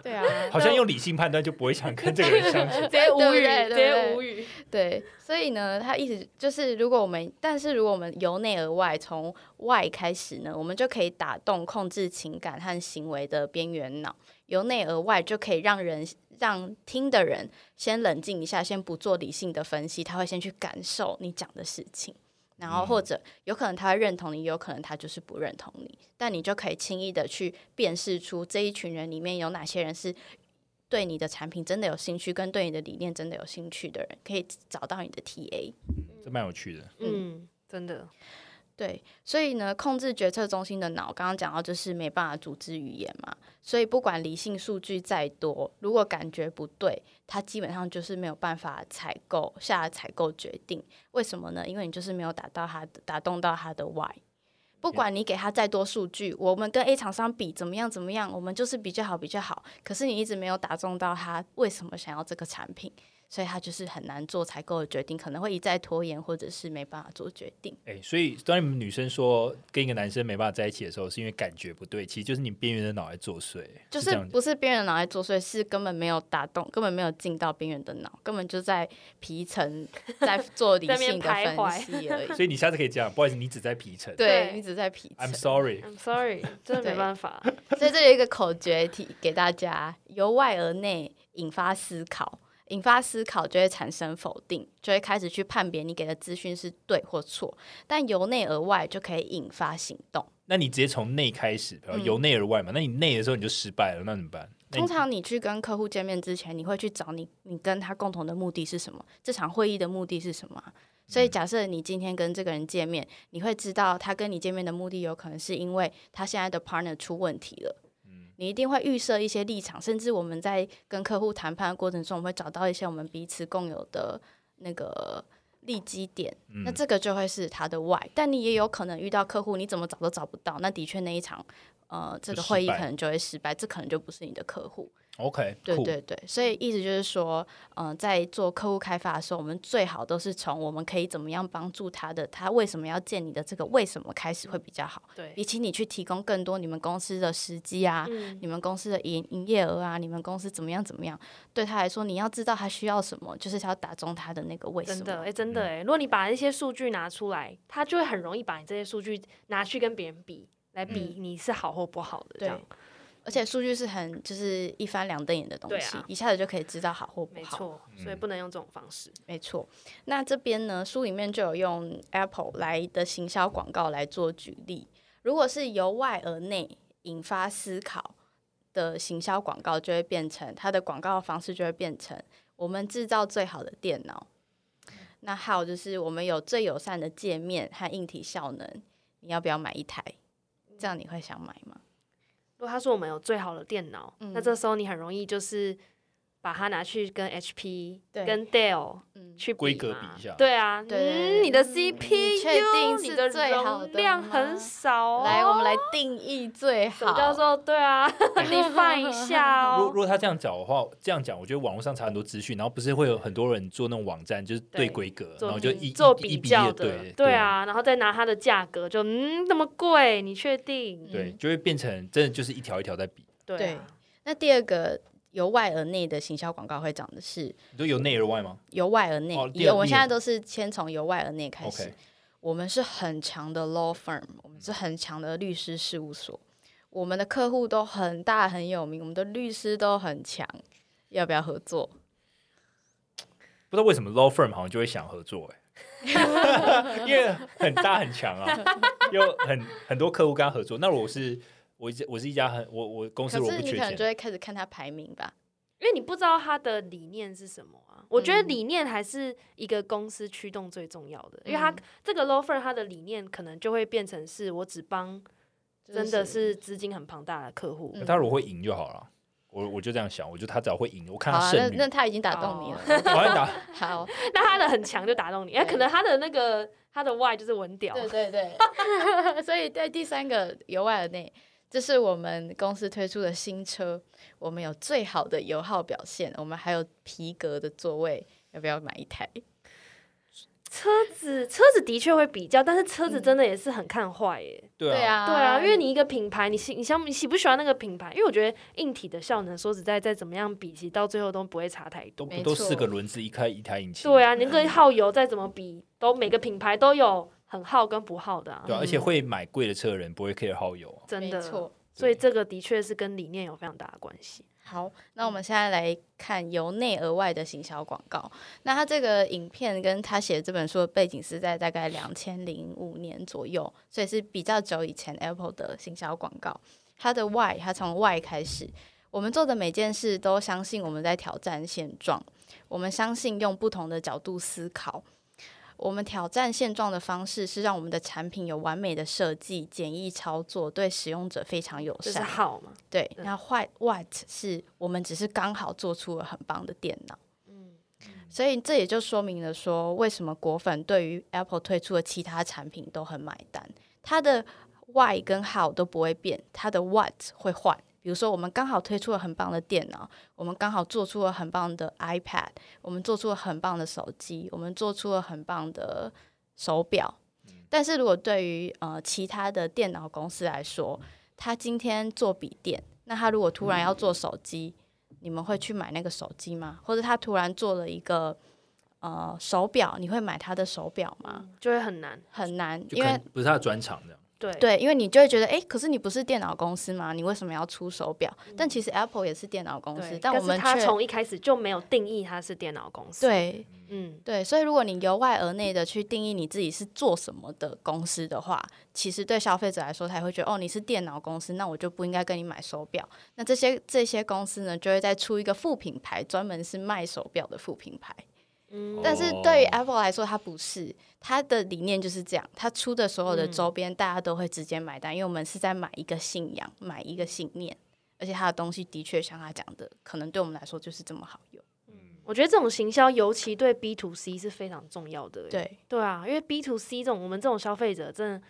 对啊，
好像用理性判断就不会想跟这个人相处。
直接无 语，
对不对对不
直
对
接无语。
对，所以呢，他一直就是，如果我们，但是如果我们由内而外，从外开始呢，我们就可以打动控制情感和行为的边缘脑，由内而外就可以让人让听的人先冷静一下，先不做理性的分析，他会先去感受你讲的事情。然后或者有可能他会认同你，有可能他就是不认同你，但你就可以轻易的去辨识出这一群人里面有哪些人是对你的产品真的有兴趣，跟对你的理念真的有兴趣的人，可以找到你的 TA。
这蛮有趣的。
嗯，真 的，
对，所以呢，控制决策中心的脑，刚刚讲到就是没办法组织语言嘛，所以不管理性数据再多，如果感觉不对，它基本上就是没有办法采购下采购决定。为什么呢？因为你就是没有打到他，打动到他的 why。不管你给他再多数据，我们跟 A 厂商比怎么样怎么样，我们就是比较好比较好。可是你一直没有打中到他为什么想要这个产品，所以他就是很难做采购的决定，可能会一再拖延，或者是没办法做决定。
哎、所以当你们女生说跟一个男生没办法在一起的时候，是因为感觉不对，其实就是你边缘的脑在作祟，
就是是
这样。
不是边缘脑在作祟，是根本没有打动，根本没有进到边缘的脑，根本就在皮层在做理
在那边
性的
徘徊
分析而已
所以你下次可以这样，不好意思，你只在皮层。
对
对
你只在皮
I'm
层，
sorry，
I'm sorry，真的没办法。
所以这有一个口诀题给大家：由外而内引发思考，引发思考就会产生否定，就会开始去判别你给的资讯是对或错；但由内而外就可以引发行动。
那你直接从内开始，比如
嗯
由内而外嘛。那你内的时候你就失败了，那怎么办？那
通
你
常你去跟客户见面之前，你会去找你你跟他共同的目的是什么？这场会议的目的是什么啊、所
嗯
以假设你今天跟这个人见面，你会知道他跟你见面的目的有可能是因为他现在的 partner 出问题了。
嗯
你一定会预设一些立场，甚至我们在跟客户谈判的过程中，我们会找到一些我们彼此共有的那个利基点。
嗯
那这个就会是他的 why，但你也有可能遇到客户，你怎么找都找不到。那的确那一场呃这
就
个
失
会议
败
可能就会失败，这可能就不是你的客户。
OK，
对
酷
对对，所以意思就是说，嗯、在做客户开发的时候，我们最好都是从我们可以怎么样帮助他的，他为什么要见你的这个为什么开始会比较好，
对，
比起你去提供更多你们公司的时机啊。
嗯，
你们公司的营营业额啊，你们公司怎么样怎么样？对他来说，你要知道他需要什么，就是要打中他的那个为什
真
么。
的，哎，真的，
嗯
哎，如果你把那些数据拿出来，他就会很容易把你这些数据拿去跟别人比，来比你是好或不好的
嗯
这
对
样。
而且数据是很就是一翻两瞪眼的东
对
西，
啊
一下子就可以知道好或不
没
好。嗯
错，所以不能用这种方式。
没错，那这边呢，书里面就有用 Apple 来的行销广告来做举例。如果是由外而内引发思考的行销广告，就会变成它的广告方式就会变成我们制造最好的电脑。那还有就是我们有最友善的界面和硬体效能，你要不要买一台？这样你会想买吗？
如果他说我们有最好的电脑，
嗯
那这时候你很容易就是把它拿去跟 HP、
对
跟 Dell
嗯
去比嘛
规格比一下
对啊，
对
嗯，你的
你
CPU，
确定是
你的
最好的
容量
吗
很少、哦。
来，我们来定义最
什
好。
么叫做 对啊？你放一下
如如
哦。
果他这样找的话，这样讲，我觉得网络上查很多资讯，然后不是会有很多人做那种网站，就是对
对
规格，
做
然后就一
做
一一
比
比一
较
的
的，
对
对，啊，然后再拿它的价格，就嗯那么贵，你确定？
对，就会变成真的就是一条一条在比，
对
对
啊
那第二个由外而内的行销广告会讲的是
你说由内而外吗
由外而内
哦，
以
第二
我们
面
现在都是先从由外而内开始
OK。
我们是很强的 law firm，我们是很强的律师事务所，我们的客户都很大很有名，我们的律师都很强，要不要合作？
不知道为什么 law firm 好像就会想合作、 欸，因为很大很强啊，又很很多客户跟他合作。那我是我一家我是一家很我我公司
可
我
是
不
你
缺
可能就
钱，
会开始看他排名吧。
因为你不知道他的理念是什么啊。我觉得
嗯
理念还是一个公司驱动最重要的，因为他
嗯
这个 law firm 他的理念可能就会变成是我只帮
就是
真的是资金很庞大的客户。
嗯
他如果会赢就好了。我我就这样想，我觉得他只要会赢，我看
好
他
啊，那
胜率
那，他已经打动你了。
哦
好像打 啊
好，
那他的很强就打动你， 哎，可能他的那个他的 Y 就是文屌，
对 对对。所以在第三个由外而内，这是我们公司推出的新车，我们有最好的油耗表现，我们还有皮革的座位，要不要买一台？
车子车子的确会比较，但是车子真的也是很看坏耶。
对啊，
啊，
对啊，因为你一个品牌，你喜你想你喜不喜欢那个品牌？因为我觉得硬体的效能，说实在，再怎么样比，其实到最后都不会差太多。
都
没
不都
错
四个轮子一开一台引擎，
对啊，你那
嗯
个耗油再怎么比，都每个品牌都有很耗跟不耗的、啊
对，啊，而且会买贵的车的人不会 care 耗油啊。
真
没
的。
错。
所以这个的确是跟理念有非常大的关系。
好，那我们现在来看由内而外的行销广告。那他这个影片跟他写的这本书的背景是在大概两千零五年左右，所以是比较久以前 Apple 的行销广告。它的 Why，它从 Why 开始，我们做的每件事都相信我们在挑战现状，我们相信用不同的角度思考。我们挑战现状的方式是让我们的产品有完美的设计、简易操作，对使用者非常友
这
善。
是好嘛？
对，
嗯
那 White What 是我们只是刚好做出了很棒的电脑，所以这也就说明了说为什么果粉对于 Apple 推出的其他产品都很买单，它的 Why 跟 How 都不会变，它的 What 会换。比如说，我们刚好推出了很棒的电脑，我们刚好做出了很棒的 iPad，我们做出了很棒的手机，我们做出了很棒的手表。
嗯
但是如果对于呃其他的电脑公司来说，他今天做笔电，那他如果突然要做手机，你们会去买那个手机吗？或者他突然做了一个呃手表，你会买他的手表吗？
就会很难。
很难，
就
因
可能
为
不是他的专长这样。
对，
对，因为你就会觉得，诶，可是你不是电脑公司吗？你为什么要出手表？但其实 Apple 也是电脑公司
对，
但我们
是他
却
从一开始就没有定义它是电脑公司。，
对
嗯，
对，所以如果你由外而内的去定义你自己是做什么的公司的话，其实对消费者来说，他会觉得哦，你是电脑公司，那我就不应该跟你买手表。那这些这些公司呢，就会再出一个副品牌，专门是卖手表的副品牌。
哦
嗯
但是对于 Apple 来说，它不是，它的理念就是这样，它出的所有
嗯
的周边大家都会直接买单，因为我们是在买一个信仰，买一个信念，而且它的东西的确像他讲的，可能对我们来说就是这么好用。
嗯
我觉得这种行销，尤其对 B to C 是非常重要的。，
对，
对啊，因为 B to C 这种我们这种消费者，真的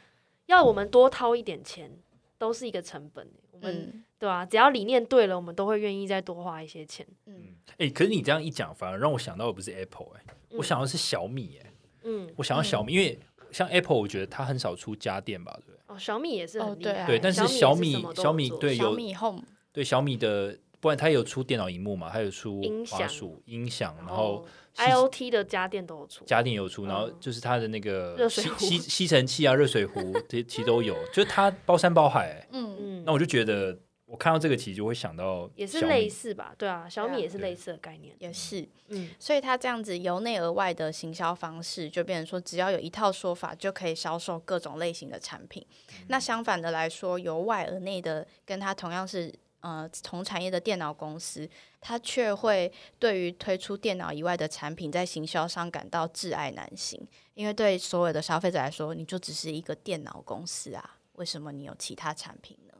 要我们多掏一点钱，都是一个成本。欸我们、
嗯
对啊，只要理念对了，我们都会愿意再多花一些钱。
嗯，
哎、可是你这样一讲，反而让我想到的不是 Apple 哎、我想到是小米哎、
嗯，
我想到小米，因为像 Apple，我觉得它很少出家电吧，对不对？
哦，小米也是
哦
很厉
对
害，
啊
对，但是小
小也
米
是什么都有
小米
做
对
小
有
米 Home
对小米的，不然它有出电脑荧幕嘛，它有出
音
滑
响
鼠、音响，然
然
后
后
吸
IOT 的家电都有出，
家电有出，然后
嗯
就是它的那个
热水
吸
壶
吸吸尘器啊、热 水壶，这其实都有，就是它包山包海、哎
嗯，
嗯
那，我就觉得，我看到这个其实就会想到
也是
小米
类似吧？对啊，小
对啊
米也是
对
类似的概念。
也是。
嗯，
所以它这样子由内而外的行销方式，就变成说，只要有一套说法，就可以销售各种类型的产品。
嗯
那相反的来说，由外而内的，跟它同样是呃同产业的电脑公司，它却会对于推出电脑以外的产品，在行销上感到挚爱难行，因为对所有的消费者来说，你就只是一个电脑公司啊，为什么你有其他产品呢？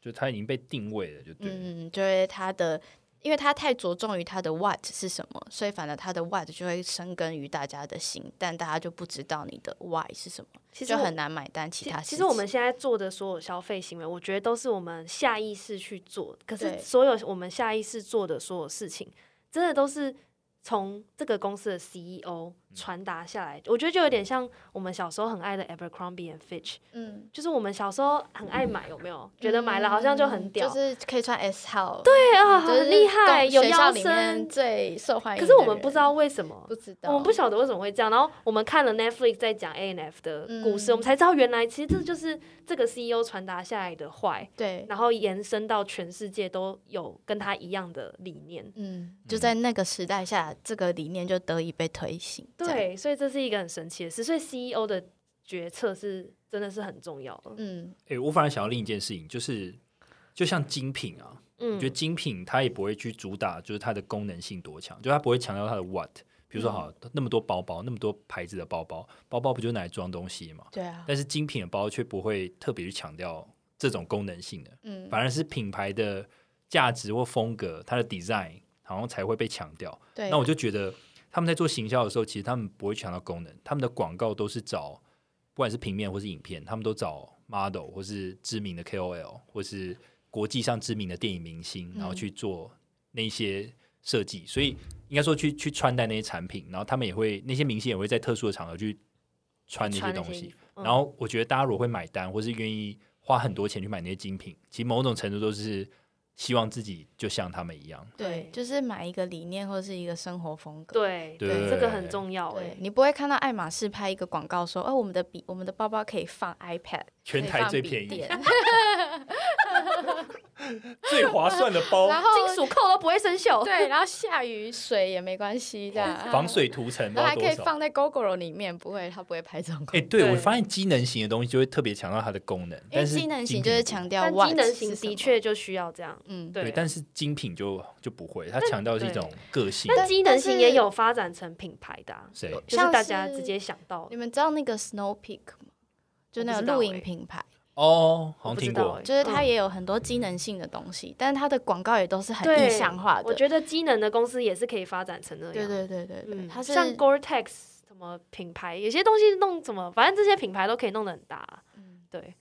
就它已经被定位了，就对了。
嗯，就是它的，因为它太着重于它的 what 是什么，所以反而它的 what 就会生根于大家的心，但大家就不知道你的 why 是什么，
其实
就
我
很难买单其
其
他事
其
情。
实我们现在做的所有消费行为，我觉得都是我们下意识去做的。可
对
是所有我们下意识做的所有事情，真的都是从这个公司的 CEO 传达下来。我觉得就有点像我们小时候很爱的 Abercrombie and Fitch，
嗯，
就是我们小时候很爱买，有没有？觉得买了好像就很
嗯
屌，
就是可以穿 S 号，对，
对啊，
就是
很厉害，
动
有
学校
腰
里面
身。
最受欢迎。
可是我们不知，道为什么
不。知道，
我们不晓得为什么会这样，然后我们看了 Netflix 在讲 A N F 的故事，
嗯
我们才知道原来其实这就是这个 CEO 传达下来的坏，
对，
然后延伸到全世界都有跟他一样的理念。
嗯，就在那个时代下，这个理念就得以被推行。这样，
对，所以这是一个很神奇的事。所以 CEO 的决策是真的是很重要的。
嗯，
诶、我反而想到另一件事情，就是就像精品啊，我
嗯
觉得精品它也不会去主打，就是它的功能性多强，就它不会强调它的 what。比如说，好，那么多包包，那么多牌子的包包，包包不就拿来装东西嘛？
对啊，
但是精品的包却不会特别去强调这种功能性的，
嗯，
反而是品牌的价值或风格，它的 design 好像才会被强调。
对，
那我就觉得他们在做行销的时候，其实他们不会强调功能，他们的广告都是找不管是平面或是影片，他们都找 model 或是知名的 KOL 或是国际上知名的电影明星，然后去做那些设计，所以应该说去去穿戴那些产品，然后他们也会那些明星也会在特殊的场合去穿那些
穿那
东
些
西
衣。服嗯
然后我觉得大家如果会买单，或是愿意花很多钱去买那些精品，其实某种程度都是希望自己就像他们一样。
对，
对
就是买一个理念或是一个生活风格。
对
对
这个很重要哎、
对，欸你不会看到爱马仕拍一个广告说，哦，我们的笔，我们的包包可以放 iPad，
全
可以
台
放
最
笔
便宜
电
最划算的包
然后
金属扣都不会生锈。
对，然后下雨水也没关系，这样嗯啊
防。水涂层不
然后
知道
还可
多
以
少。
放在 GoGo 里面，不会，它不会拍这种广
哎、
告。
对
对
我发现机能型的东西就会特别强调它的功能，
因为
但是
机能型
精品
就是强调
但
what
机能
是
型
什么
的，确就需要这样，
嗯，
对。
但是精品就就不会，它强调的是一
对
种个性。
但机能
但
型
是
也有发展成品牌的、啊，
谁？
就是大
像
家
是
直接想到
你们知道那个 Snow Peak 吗？就那
我
个
不知道
露
欸
营品牌，
哦，好
我
像
不知
听
道
过
欸。
就是它
嗯
也有很多机能性的东西，但它的广告也都是很
对
意象化的。
我觉得机能的公司也是可以发展成那样。
对对对对对，
嗯，
它是
像 Gore-Tex 什么品牌，有些东西弄怎么，反正这些品牌都可以弄得很大啊、
嗯
对，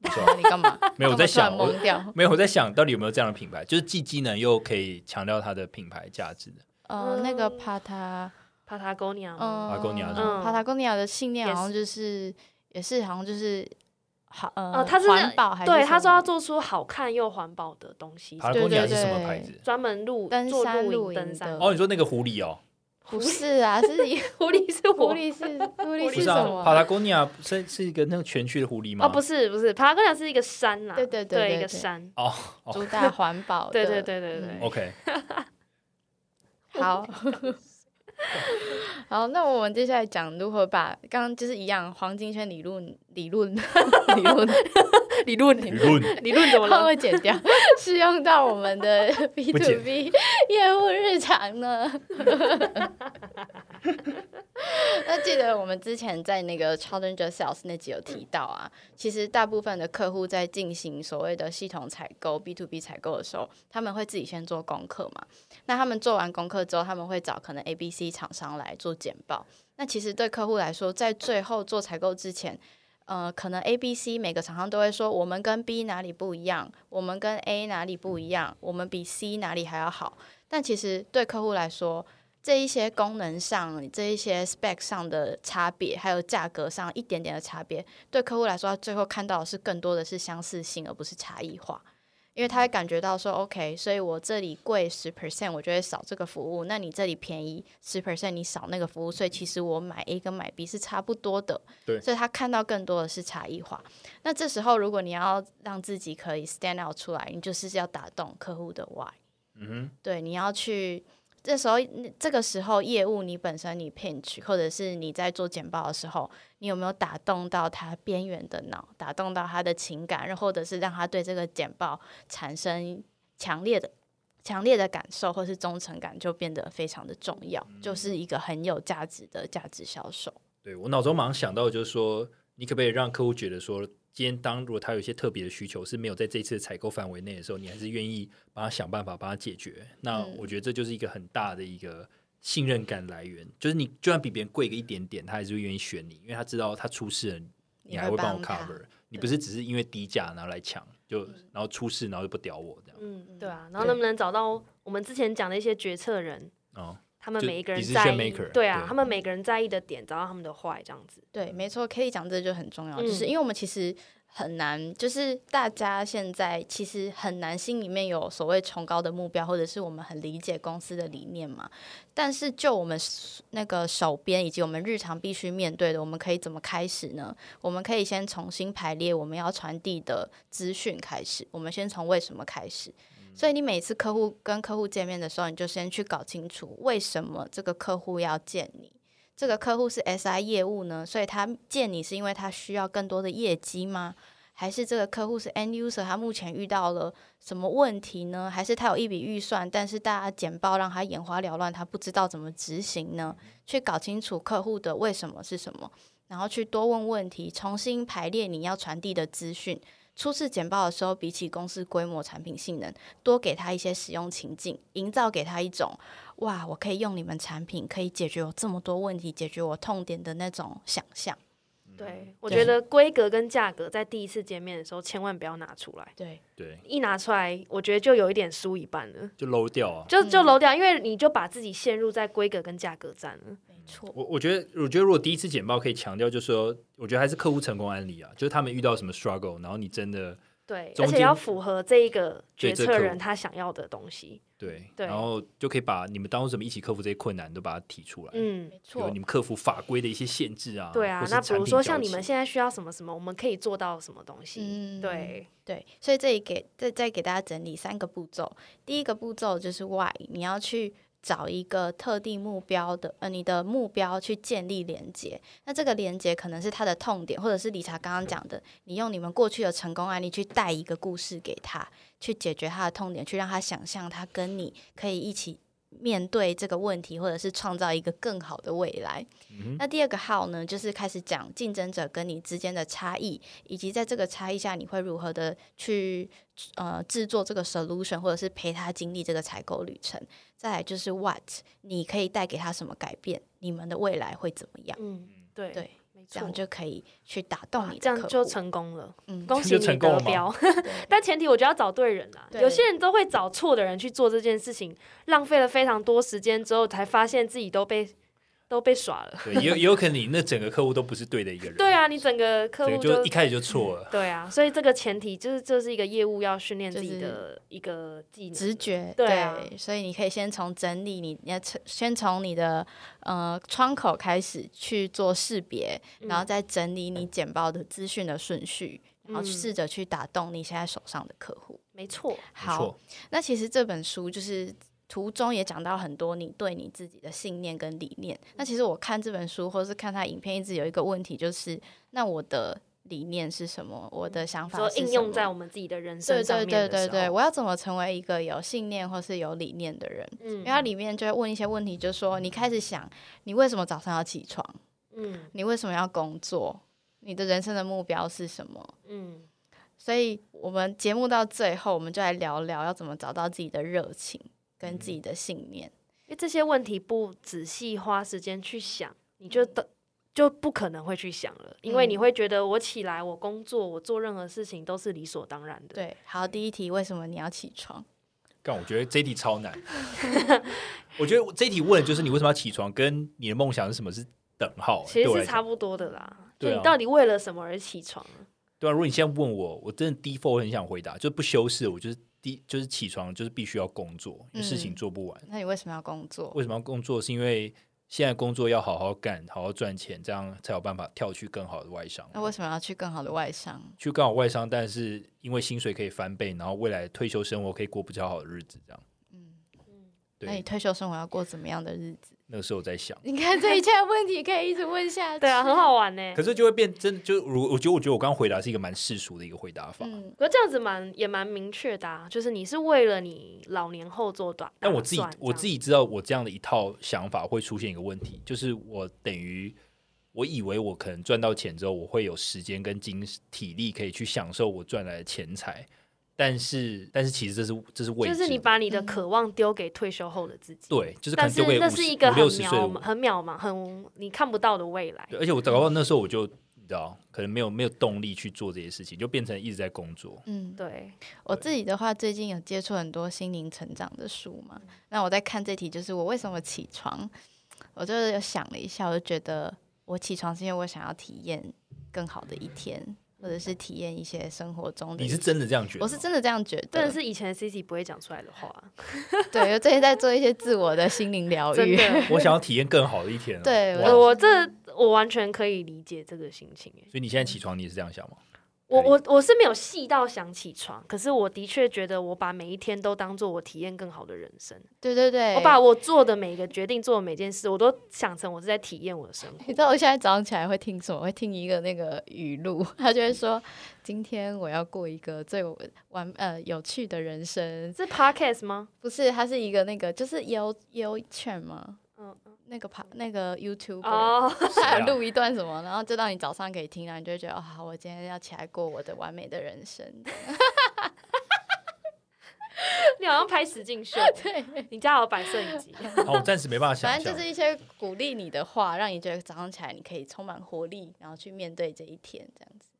不错
你干嘛？
没有我在想
干嘛
我
突然懵掉。
没有，我在想到底有没有这样的品牌，就是既机能又可以强调它的品牌价值的。
呃，那个
嗯
Pata，
Patagonia 嘛，
嗯
Patagonia 的
帕塔贡尼亚的信念
也
好
是
像就是也是好像就是好呃，
呃它是
环保还是
对，
什
他说要
么
做出好看又环保的东西，
爬
对
公
对
鸟是什么
对
牌子？
专门露
登
做
山露
露
营
营、登山
的。
哦，你说那个狐狸哦，
不是啊， 是
狐狸是
狐
我。
狸是狐狸
狐狸
不
是
是
什
啊
么？
，Patagonia 是是一个那个全区的狐狸吗？
哦，不是不是，Patagonia 是一个山呐、
对对对对
一个
对
山。
哦哦
主打环保
对
的
对对对 对
，OK，
嗯 好，好，那我们接下来讲如何把刚刚就是一样黄金圈理论理论 理论
理论
理论
理论怎么
它
了？
会剪掉， 是用到我们 的 B
不
to
剪
B 业务日常呢？ 那记得我们之前在那个 Challenger Sales 那集有提到啊，其实大部分的客户在进行所谓的系统采购 B to B 采购的时候，他们会自己先做功课嘛。那他们做完功课之后，他们会找可能 A、B、C 厂商来做简报。那其实对客户来说，在最后做采购之前，呃，可能 A、B、C 每个厂商都会说，我们跟 B 哪里不一样，我们跟 A 哪里不一样，我们比 C 哪里还要好。但其实对客户来说，这一些功能上、这一些 spec 上的差别，还有价格上一点点的差别，对客户来说，他最后看到的是更多的是相似性，而不是差异化。因为他会感觉到说，OK，所以我这里贵十 percent，我就会少这个服务；那你这里便宜十 percent，你少那个服务，所以其实我买 A 跟买 B 是差不多的。
对
所以他看到更多的是差异化。那这时候，如果你要让自己可以 stand out 出来，你就是要打动客户的 why。
嗯
对，你要去这时候这个时候业务你本身你 pinch 或者是你在做简报的时候，你有没有打动到他边缘的脑，打动到他的情感，然后或者是让他对这个简报产生强烈的。强烈的感受或是忠诚感就变得非常的重要，就是一个很有价值的价值销售。
哼，对我脑中马上想到的就是说，你可不可以让客户觉得说，今天当如果他有一些特别的需求是没有在这次的采购范围内的时候，你还是愿意帮他想办法帮他解决？那
嗯
我觉得这就是一个很大的一个信任感来源，就是你就算比别人贵个一点点，他还是会愿意选你，因为他知道他出事了，你还
会
会帮我
帮他
cover，你不是只是因为低价然后来抢，就然后出
嗯
事然后就不屌我这样
嗯，对啊。然后能不能找到我们之前讲的一些决策人，
哦。
他们
就
每一个人
decision
在意
maker，，
对啊，
对
他们每个人在意的点，找到他们的坏，这样子。
对，没错，K 讲这就很重要，就是
嗯
因为我们其实很难，就是大家现在其实很难心里面有所谓崇高的目标，或者是我们很理解公司的理念嘛。但是就我们 s- 那个手边以及我们日常必须面对的，我们可以怎么开始呢？我们可以先重新排列我们要传递的资讯开始，我们先从为什么开始。所以你每次客户跟客户见面的时候，你就先去搞清楚为什么这个客户要见你。这个客户是 SI 业务呢，所以他见你是因为他需要更多的业绩吗？还是这个客户是 end user，他目前遇到了什么问题呢？还是他有一笔预算，但是大家简报让他眼花缭乱，他不知道怎么执行呢？去搞清楚客户的为什么是什么，然后去多问问题，重新排列你要传递的资讯。初次简报的时候，比起公司规模、产品性能，多给他一些使用情境，营造给他一种哇，我可以用你们产品可以解决我这么多问题，解决我痛点的那种想象。
嗯
对，我
对
觉得规格跟价格在第一次见面的时候，千万不要拿出来，
对，
对，
一拿出来，我觉得就有一点输一半了，
就 low 掉啊。
就就漏掉，因为你就把自己陷入在规格跟价格战了。
没错，
我我觉得，我觉得如果第一次简报可以强调，就是说，我觉得还是客户成功案例啊，就是他们遇到什么 struggle，然后你真的
对，
中
而且
间
要符合这一个
对
决
这
策
客户
人他想要的东西。
对，
对
然后就可以把你们当初怎么一起克服这些困难都把它提出来。
嗯
没，
比如
错
你，们克服法规的一些限制啊，
对啊
或，是
那比
产
如
品
说
交
像你
期
们现在需要什么什么，我们可以做到什么东西？
嗯，
对，
对，所以这里给再再给大家整理三个步骤。第一个步骤就是 why，你要去找一个特定目标的，呃，你的目标去建立连接。那这个连接可能是他的痛点，或者是理查刚刚讲的，你用你们过去的成功案例去带一个故事给他，去解决他的痛点，去让他想象他跟你可以一起。面对这个问题，或者是创造一个更好的未来。那第二个号呢，就是开始讲竞争者跟你之间的差异，以及在这个差异下，你会如何的去呃制作这个 solution，或者是陪他经历这个采购旅程。再来就是 what，你可以带给他什么改变，你们的未来会怎么样？
嗯，对
对，
没
这
错
样，就可以去打
哇
动你
啊这
的客户。
样就成功了，
嗯
恭
这
喜
样
你
就成功
得
了吗
标。
对
但前提我觉得要找对人啊，
对
有些人都会找错的人去做这件事情，浪费了非常多时间之后，才发现自己都被都被耍了。
对，也有也有可能你那整个客户都不是对的一个人，
对，啊，你整个客
整
户
个就一开始就 错了。
对啊，所以这个前提就是这是一个业务要训练自己
就是
的一个技能，
直觉，
对啊
所以你可以先从整理你，你要从先从你的呃窗口开始去做识别，
嗯
然后再整理你简报的资讯的顺序，然后
嗯
试着去打动你现在手上的客户。
没错，
没
好，
错，
那其实这本书就是。途中也讲到很多你对你自己的信念跟理念。那其实我看这本书或是看他影片，一直有一个问题，就是那我的理念是什么？我的想法
嗯说
是
应
什
用
么
在我们自己的人
对
生上
对
面
对
的
对
时
对，
候，
我要怎么成为一个有信念或是有理念的人？因为
嗯
它里面就会问一些问题，就说你开始想，你为什么早上要起床？
嗯
你为什么要工作？你的人生的目标是什么？
嗯，
所以我们节目到最后，我们就来聊聊要怎么找到自己的热情跟
嗯
自己的信念。
因为这些问题不仔细花时间去想，你就等。就不可能会去想了，因为
嗯
你会觉得我起来，我工作，我做任何事情都是理所当然的。
对，好，第一题，为什么你要起床？
但我觉得这一题 超难。我觉得这一题问的就是你为什么要起床，跟你的梦想是什么是等号、欸。
其
对
实
我
是
来
差
讲，
不多的
嗯
啦。
对
就
啊
你到底为了什么而起床？
对啊。如果你现在问我，我真的 default 我很想回答，就不修饰，我就是第就是起床就是必须要工作，因为事情
嗯
做不完。
那你为什么要工作？
为什么要工作？是因为现在工作要好好干，好好赚钱，这样才有办法跳去更好的外商。
那为什么要去更好的外商？
去更好外商，但是因为薪水可以翻倍，然后未来退休生活可以过比较好的日子，这样。
那你
对，
退休生活要过怎么样的日 子？
那个时候我在想，
你看这一切问题可以一直问下去。
对啊，很好玩呢、
可是就会变真，就如我觉得，我觉得我刚刚回答是一个蛮世俗的一个回答法。
嗯，
可这样子蛮也蛮明确的、啊，就是你是为了你老年后做短。
但我自己
打算
我自己知道，我这样的一套想法会出现一个问题，就是我等于我以为我可能赚到钱之后，我会有时间跟精体力可以去享受我赚来的钱财，但是但是其实这是这是
这
未
样
知，
就是你把你
嗯
的渴望丢给退休后的自己。
对，就是可
但
能
是
丢给
那
五
是
十
一个
五
很
六十岁
渺
的
茫
我，
很渺茫、很你看不到的未来
对。而且我搞不好那时候我就知道，可能没有没有动力去做这些事情，就变成一直在工作。
嗯，
对，
我自己的话，最近有接触很多心灵成长的书嘛。
嗯
那我在看这题，就是我为什么起床，我就是有想了一下，我就觉得我起床是因为我想要体验更好的一天，或者是体验一些生活中的。
嗯你是真的这样觉得吗？
我是真的这样觉得，
真的是以前 C C 不会讲出来的话，
对，我最近在做一些自我的心灵疗
真
愈。
的，
我想要体验更好的一天、啊。
对
哇
觉得
我这我完全可以理解这个心情耶。
所以你现在起床，你也是这 样想吗？
我
可以
我我是没有细到想起床，可是我的确觉得我把每一天都当做我体验更好的人生，
对对对，
我把我做的每一个决定、做的每件事，我都想成我是在体验我的生活。
你知道我现在早上起来会听什么？会听一个那个语录，他就会说：“今天我要过一个最完呃有趣的人生。
是 podcast 吗？”
不是，他是一个那个就是优优券吗？
嗯
那个 pa- 那个 YouTube，、
哦，
啊
他有录一段什么，然后就让你早上可以听，然后你就会觉得哦，好，我今天要起来过我的完美的人生。
你好像拍实境秀，
对，
你家有摆摄影啊机，
好，哦我暂时没办法想
反
象。
正就是一些鼓励你的话，让你觉得早上起来你可以充满活力，然后去面对这一天，这样子。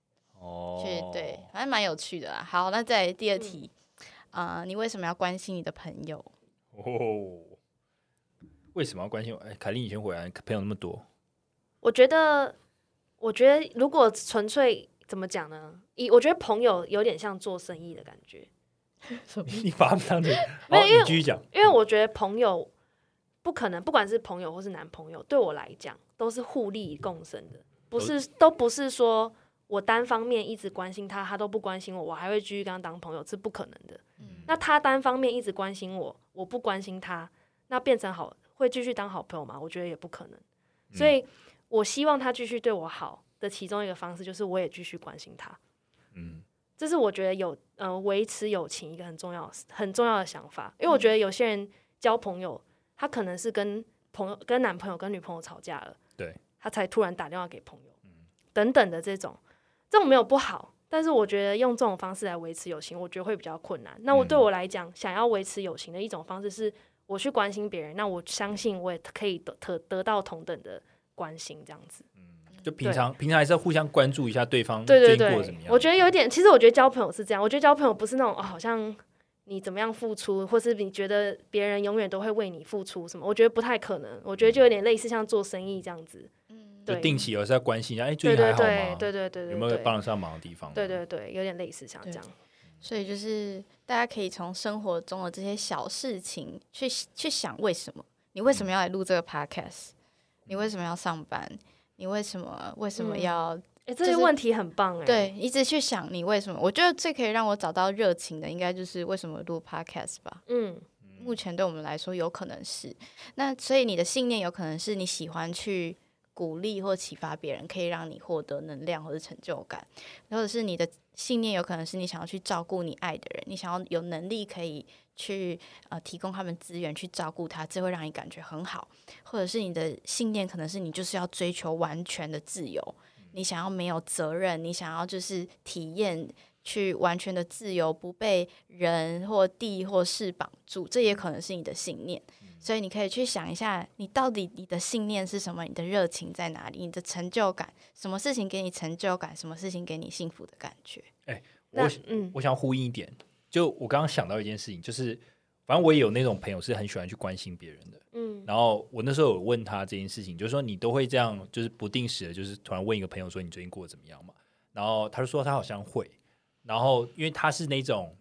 哦，
去对，反正蛮有趣的啦。好，那再来第
嗯
二题，啊、你为什么要关心你的朋友？
哦，为什么要关心我？哎，凯莉，你先回来，朋友那么多，
我觉得，我觉得如果纯粹怎么讲呢？以我觉得朋友有点像做生意的感觉，
你你把他们当成
没
好，
有因为
你继续讲。
因为我觉得朋友不可能，不管是朋友或是男朋友，对我来讲都是互利共生的，不是都不是说我单方面一直关心他，他都不关心我，我还会继续跟他当朋友，这不可能的。
嗯
那他单方面一直关心我，我不关心他，那变成好会继续当好朋友吗？我觉得也不可能。所以我希望他继续对我好的其中一个方式，就是我也继续关心他。
嗯，
这是我觉得有呃维持友情一个很重要的很重要的想法，因为我
嗯
觉得有些人交朋友，他可能是跟朋友、跟男朋友、跟女朋友吵架了，
对，嗯
他才突然打电话给朋友，等等的这种，这种没有不好，但是我觉得用这种方式来维持友情，我觉得会比较困难。那我
嗯
对我来讲，想要维持友情的一种方式是我去关心别人，那我相信我也可以得得得到同等的关心，这样子。
就平常平常还是要互相关注一下对方
对对
最近嗯过得怎
对
么，样。
我觉得有点，其实我觉得交朋友是这样，我觉得交朋友不是那种哦，好像你怎么样付出，或是你觉得别人永远都会为你付出什么，我觉得不太可能。我觉得就有点类似像做生意这样子，
嗯，
就
对
定期有时候要关心一下，哎，最
对
近还
对
好吗
对？对对对对，
有没有
对
帮得上忙的地方？
对，对对，有点类似像这样。
所以就是大家可以从生活中的这些小事情去去想，为什么你为什么要来录这个 podcast？你为什么要上班？你为什么为什么
嗯
要、
哎，这
就
些
是
问题很棒哎，，
对一直去想你为什么？我觉得最可以让我找到热情的，应该就是为什么录 podcast 吧。
嗯，
目前对我们来说有可能是，那所以你的信念有可能是你喜欢去鼓励或启发别人，可以让你获得能量或者成就感，或者是你的信念有可能是你想要去照顾你爱的人，你想要有能力可以去呃提供他们资源去照顾他，这会让你感觉很好，或者是你的信念可能是你就是要追求完全的自由，你想要没有责任，你想要就是体验去完全的自由，不被人或地或事绑住，这也可能是你的信念。所以你可以去想一下，你到底你的信念是什么？你的热情在哪里？你的成就感，什么事情给你成就感？什么事情给你幸福的感觉？
那
我
嗯
我想呼应一点，就我刚刚想到一件事情，就是反正我也有那种朋友是很喜欢去关心别人的。
嗯
然后我那时候有问他这件事情，就是说你都会这样，就是不定时的，就是突然问一个朋友说你最近过得怎么样嘛？然后他就说他好像会，然后因为他是那种。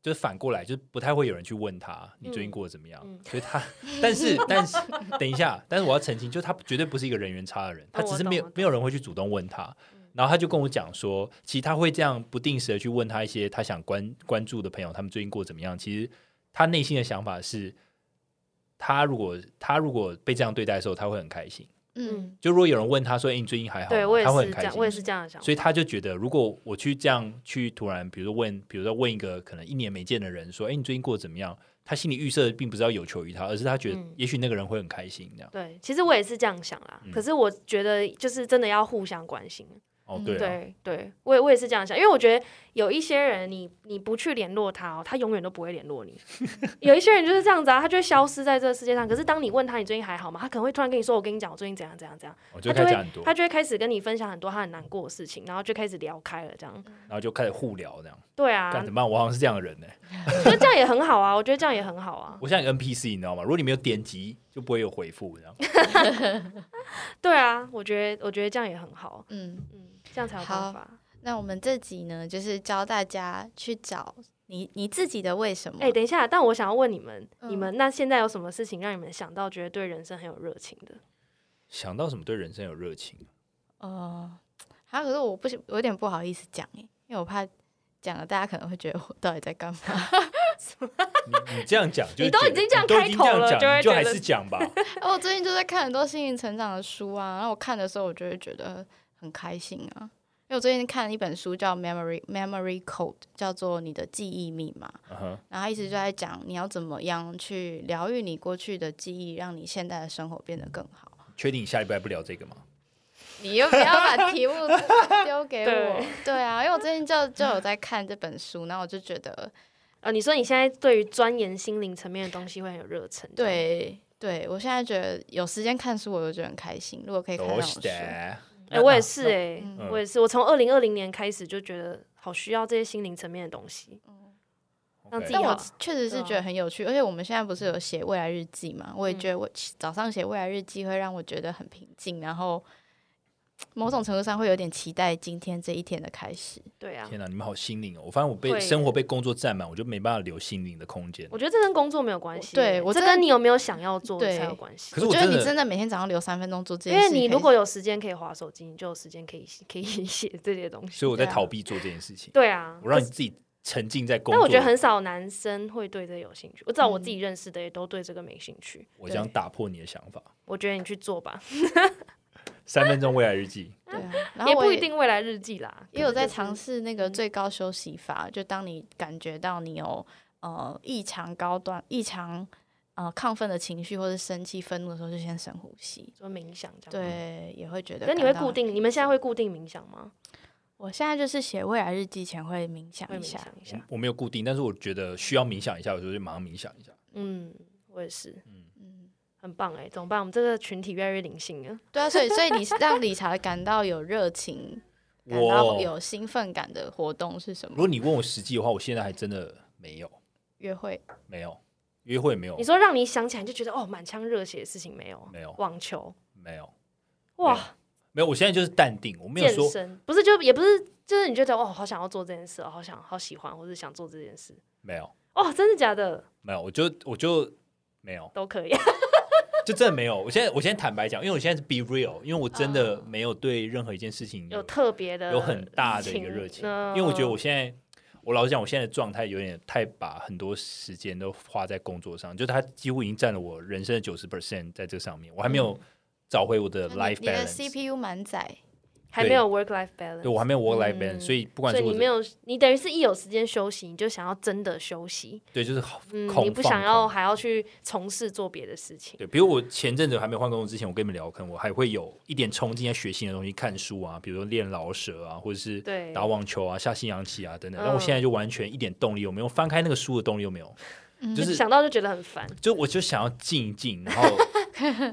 就是反过来，就是不太会有人去问他你最近过得怎么样，
嗯
所以他，但是但是等一下，但是我要澄清，就他绝对不是一个人缘差的人，他只
我
是
懂
没有、
我懂嗯
没有人会去主动问他，然后他就跟我讲说，其实他会这样不定时的去问他一些他想关关注的朋友，他们最近过得怎么样。其实他内心的想法是，他如果他如果被这样对待的时候，他会很开心。
嗯，
就如果有人问他说：“哎、你最近还好吗？”
对我也
他会很
是这
开
样，我也
心。
是这样的想法
所以他就觉得，如果我去这样去突然，比如说问，比如说问一个可能一年没见的人说：“哎、你最近过得怎么样？”他心里预设并不是要有求于他，而是他觉得
嗯
也许那个人会很开心这样。
对，其实我也是这样想啦。
嗯
可是我觉得，就是真的要互相关心。
哦
嗯，
对啊，
对对，我也我也是这样想，因为我觉得有一些人你，你不去联络他哦，他永远都不会联络你。 有一些人就是这样子啊，他就会消失在这个世界上。可是当你问他你最近还好吗，他可能会突然跟你说：“我跟你讲，我最近怎样怎样怎样。
我”就
他
开
就
始
会
讲很多，
他就会开始跟你分享很多他很难过的事情，然后就开始聊开了这样。
嗯
然后就开始互聊这样，
对啊，
干怎么办？我好像是这样的人呢。
我觉得这样也很好啊，我觉得这样也很好啊。
我像一个 NPC，你知道吗？如果你没有点击，就不会有回复这样。
对啊，我觉得我觉得这样也很好，
嗯，
嗯，这样才有
好
办法。
那我们这集呢，就是教大家去找你你自己的为什么。
哎、等一下，但我想要问你们，
嗯
你们那现在有什么事情让你们想到觉得对人生很有热情的？
想到什么对人生有热情？
哦，还、有可是我不行，我有点不好意思讲哎，因为我怕讲了大家可能会觉得我到底在干嘛。
你你这样讲，就
你都
觉得
已经这样
你都已
开
经
口
这样
了
讲
就会
你就
觉
还
得
是讲 吧。
啊我最近就在看很多心灵成长的书啊，然后我看的时候，我就会觉得很开心啊，因为我最近看了一本书叫《Memory Memory Code》，叫做《你的记忆密码》，
嗯哼
然后它一直就在讲你要怎么样去疗愈你过去的记忆，让你现在的生活变得更好。
确定你下礼拜不聊这个吗？
你又不要把 题目丢给 我，对啊，因为我最近就就有在看这本书，然后我就觉得，
哦，你说你现在对于钻研心灵层面的东西会很有热忱，这样，
对对，我现在觉得有时间看书，我就觉得很开心。如果可以看那
都
种
是
书，
的。
哎、我也是哎、
嗯
我也是，我从二零二零年开始就觉得好需要这些心灵层面的东西，
嗯
让自己
但我
好
确实
对
是
啊嗯
觉得很有趣，而且我们现在不是有写未来日记嘛？我也觉得我早上写未来日记会让我觉得很平静，然后某种程度上会有点期待今天这一天的开始。
对啊，
天哪，你们好心灵哦！我发现我被
会
生活被工作占满，我就没办法留心灵的空间。
我觉得这跟工作没有关系、
对
哎
我
这
真的
跟你有没有想要做
对
才有关系
可。是我
我觉得
真
你真
的，
的每天早上留三分钟做这
因
件事
为
情，
你如果有时间可以划手机，你就有时间可以可以 写这些东西。
所以我在
对啊
逃避做这件事情，
对啊，
我让你自己沉浸在工
但
作。
我觉得很少男生会对这有兴趣。我知道我自己
嗯
认识的也都对这个没兴趣。
我想
对
打破你的想法。
我觉得你去做吧，
三分钟未来日记，
对啊，然后
也
我
不一。定未来日记啦。
也有在
就是
尝试那个
嗯
最高休息法，就当你感觉到你有呃异常高端、异常呃亢奋的情绪或者生气、愤怒的时候，就先深呼吸。
说冥想这样。。
对，也会觉得
嗯可
感
你
到。
会固定？你们现在会固定冥想吗？
我现在就是写未来日记前会冥想
会
一
冥
下
想，一下。
我没有固定，但是我觉得需要冥想一下，我就去马上冥想一下。
嗯，我也是，
嗯，
很棒哎，怎么办？我们这个群体越来越灵性了。
对啊，所以所以你是让理查感到有热 情、感到有兴奋感的活动是什
如果
么？
你问我实际的话，我现在还真的没有，
约会，
没有约会，没有
你，说让你想起来就觉得哦，满腔热血的事情没有？
没有
网球
没有，没
哇，
没有。我现在就是淡定，我没有
健
说
身不是就也不是，就是你觉得哦，好想要做这件事，哦好想好喜欢，或者想做这件事。
没有，
哦，真的假的？
没有，我就我就没有，
都 可以。
就真的没有。我现在我现在坦白讲，因为我现在是 be real，因为我真
啊
的没有对任何一件事情
有特别的，嗯
有很大的一个热情，因为我觉得我现在，
嗯
我老实讲，我现在的状态有点太把很多时间都花在工作上，就它几乎已经占了我人生的九十 percent 在这上面，我还没有找回我的
嗯那
life
你你的
balance，
CPU 满载，
还没有 work life balance，
对我还没有 work life balance，、
嗯
所以不管
所以
是我
你
的
没有，你等于是一有时间休息，你就想要真的休息，
对，就是好
嗯，
空
你不
放
想要
空
还要去从事做别的事情，
对，比如我前阵子还没换工作之前，我跟你们聊，可能我还会有一点冲劲在学新的东西，看书啊，比如说练老舍啊，或者是
对
打网球啊、下西洋棋啊等等。
嗯
但我现在就完全一点动力有没有？翻开那个书的动力有没有？
嗯
就是
想到就觉得很烦。
就我就想要静一静，然后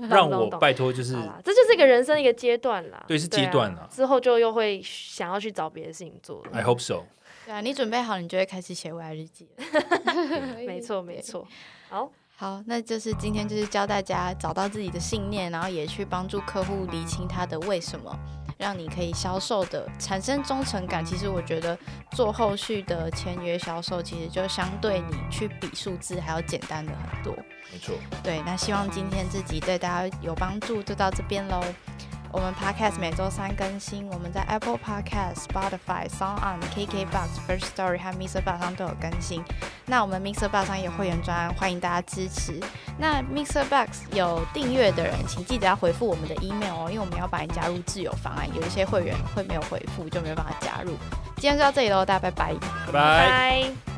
让我
懂懂
拜托，就是
好啦，这就是一个人生的一个阶段啦，
对是阶段哎
啊
啦
之后就又会想要去找别的事情做了
I hope so。
对啊，你准备好，你就会开始写未来日记了。
没错，没错。好，
好，那就是今天就是教大家找到自己的信念，然后也去帮助客户理清他的为什么，让你可以销售的产生忠诚感。其实我觉得做后续的签约销售，其实就相对你去比数字还要简单的很多。
没错，
对，那希望今天这集对大家有帮助，就到这边喽。我们 Podcast 每周三更新，我们在 Apple Podcast、Spotify、Sound On、KKBox、First Story 和 Mr. Bar 上都有更新。那我们 Mr. Bar 上也有会员专案，欢迎大家支持。那 Mr. Box 有订阅的人，请记得要回复我们的 email 哦，因为我们要把你加入自由方案，有一些会员会没有回复，就没有办法加入。今天就到这里喽，大家拜拜。
拜拜。
拜。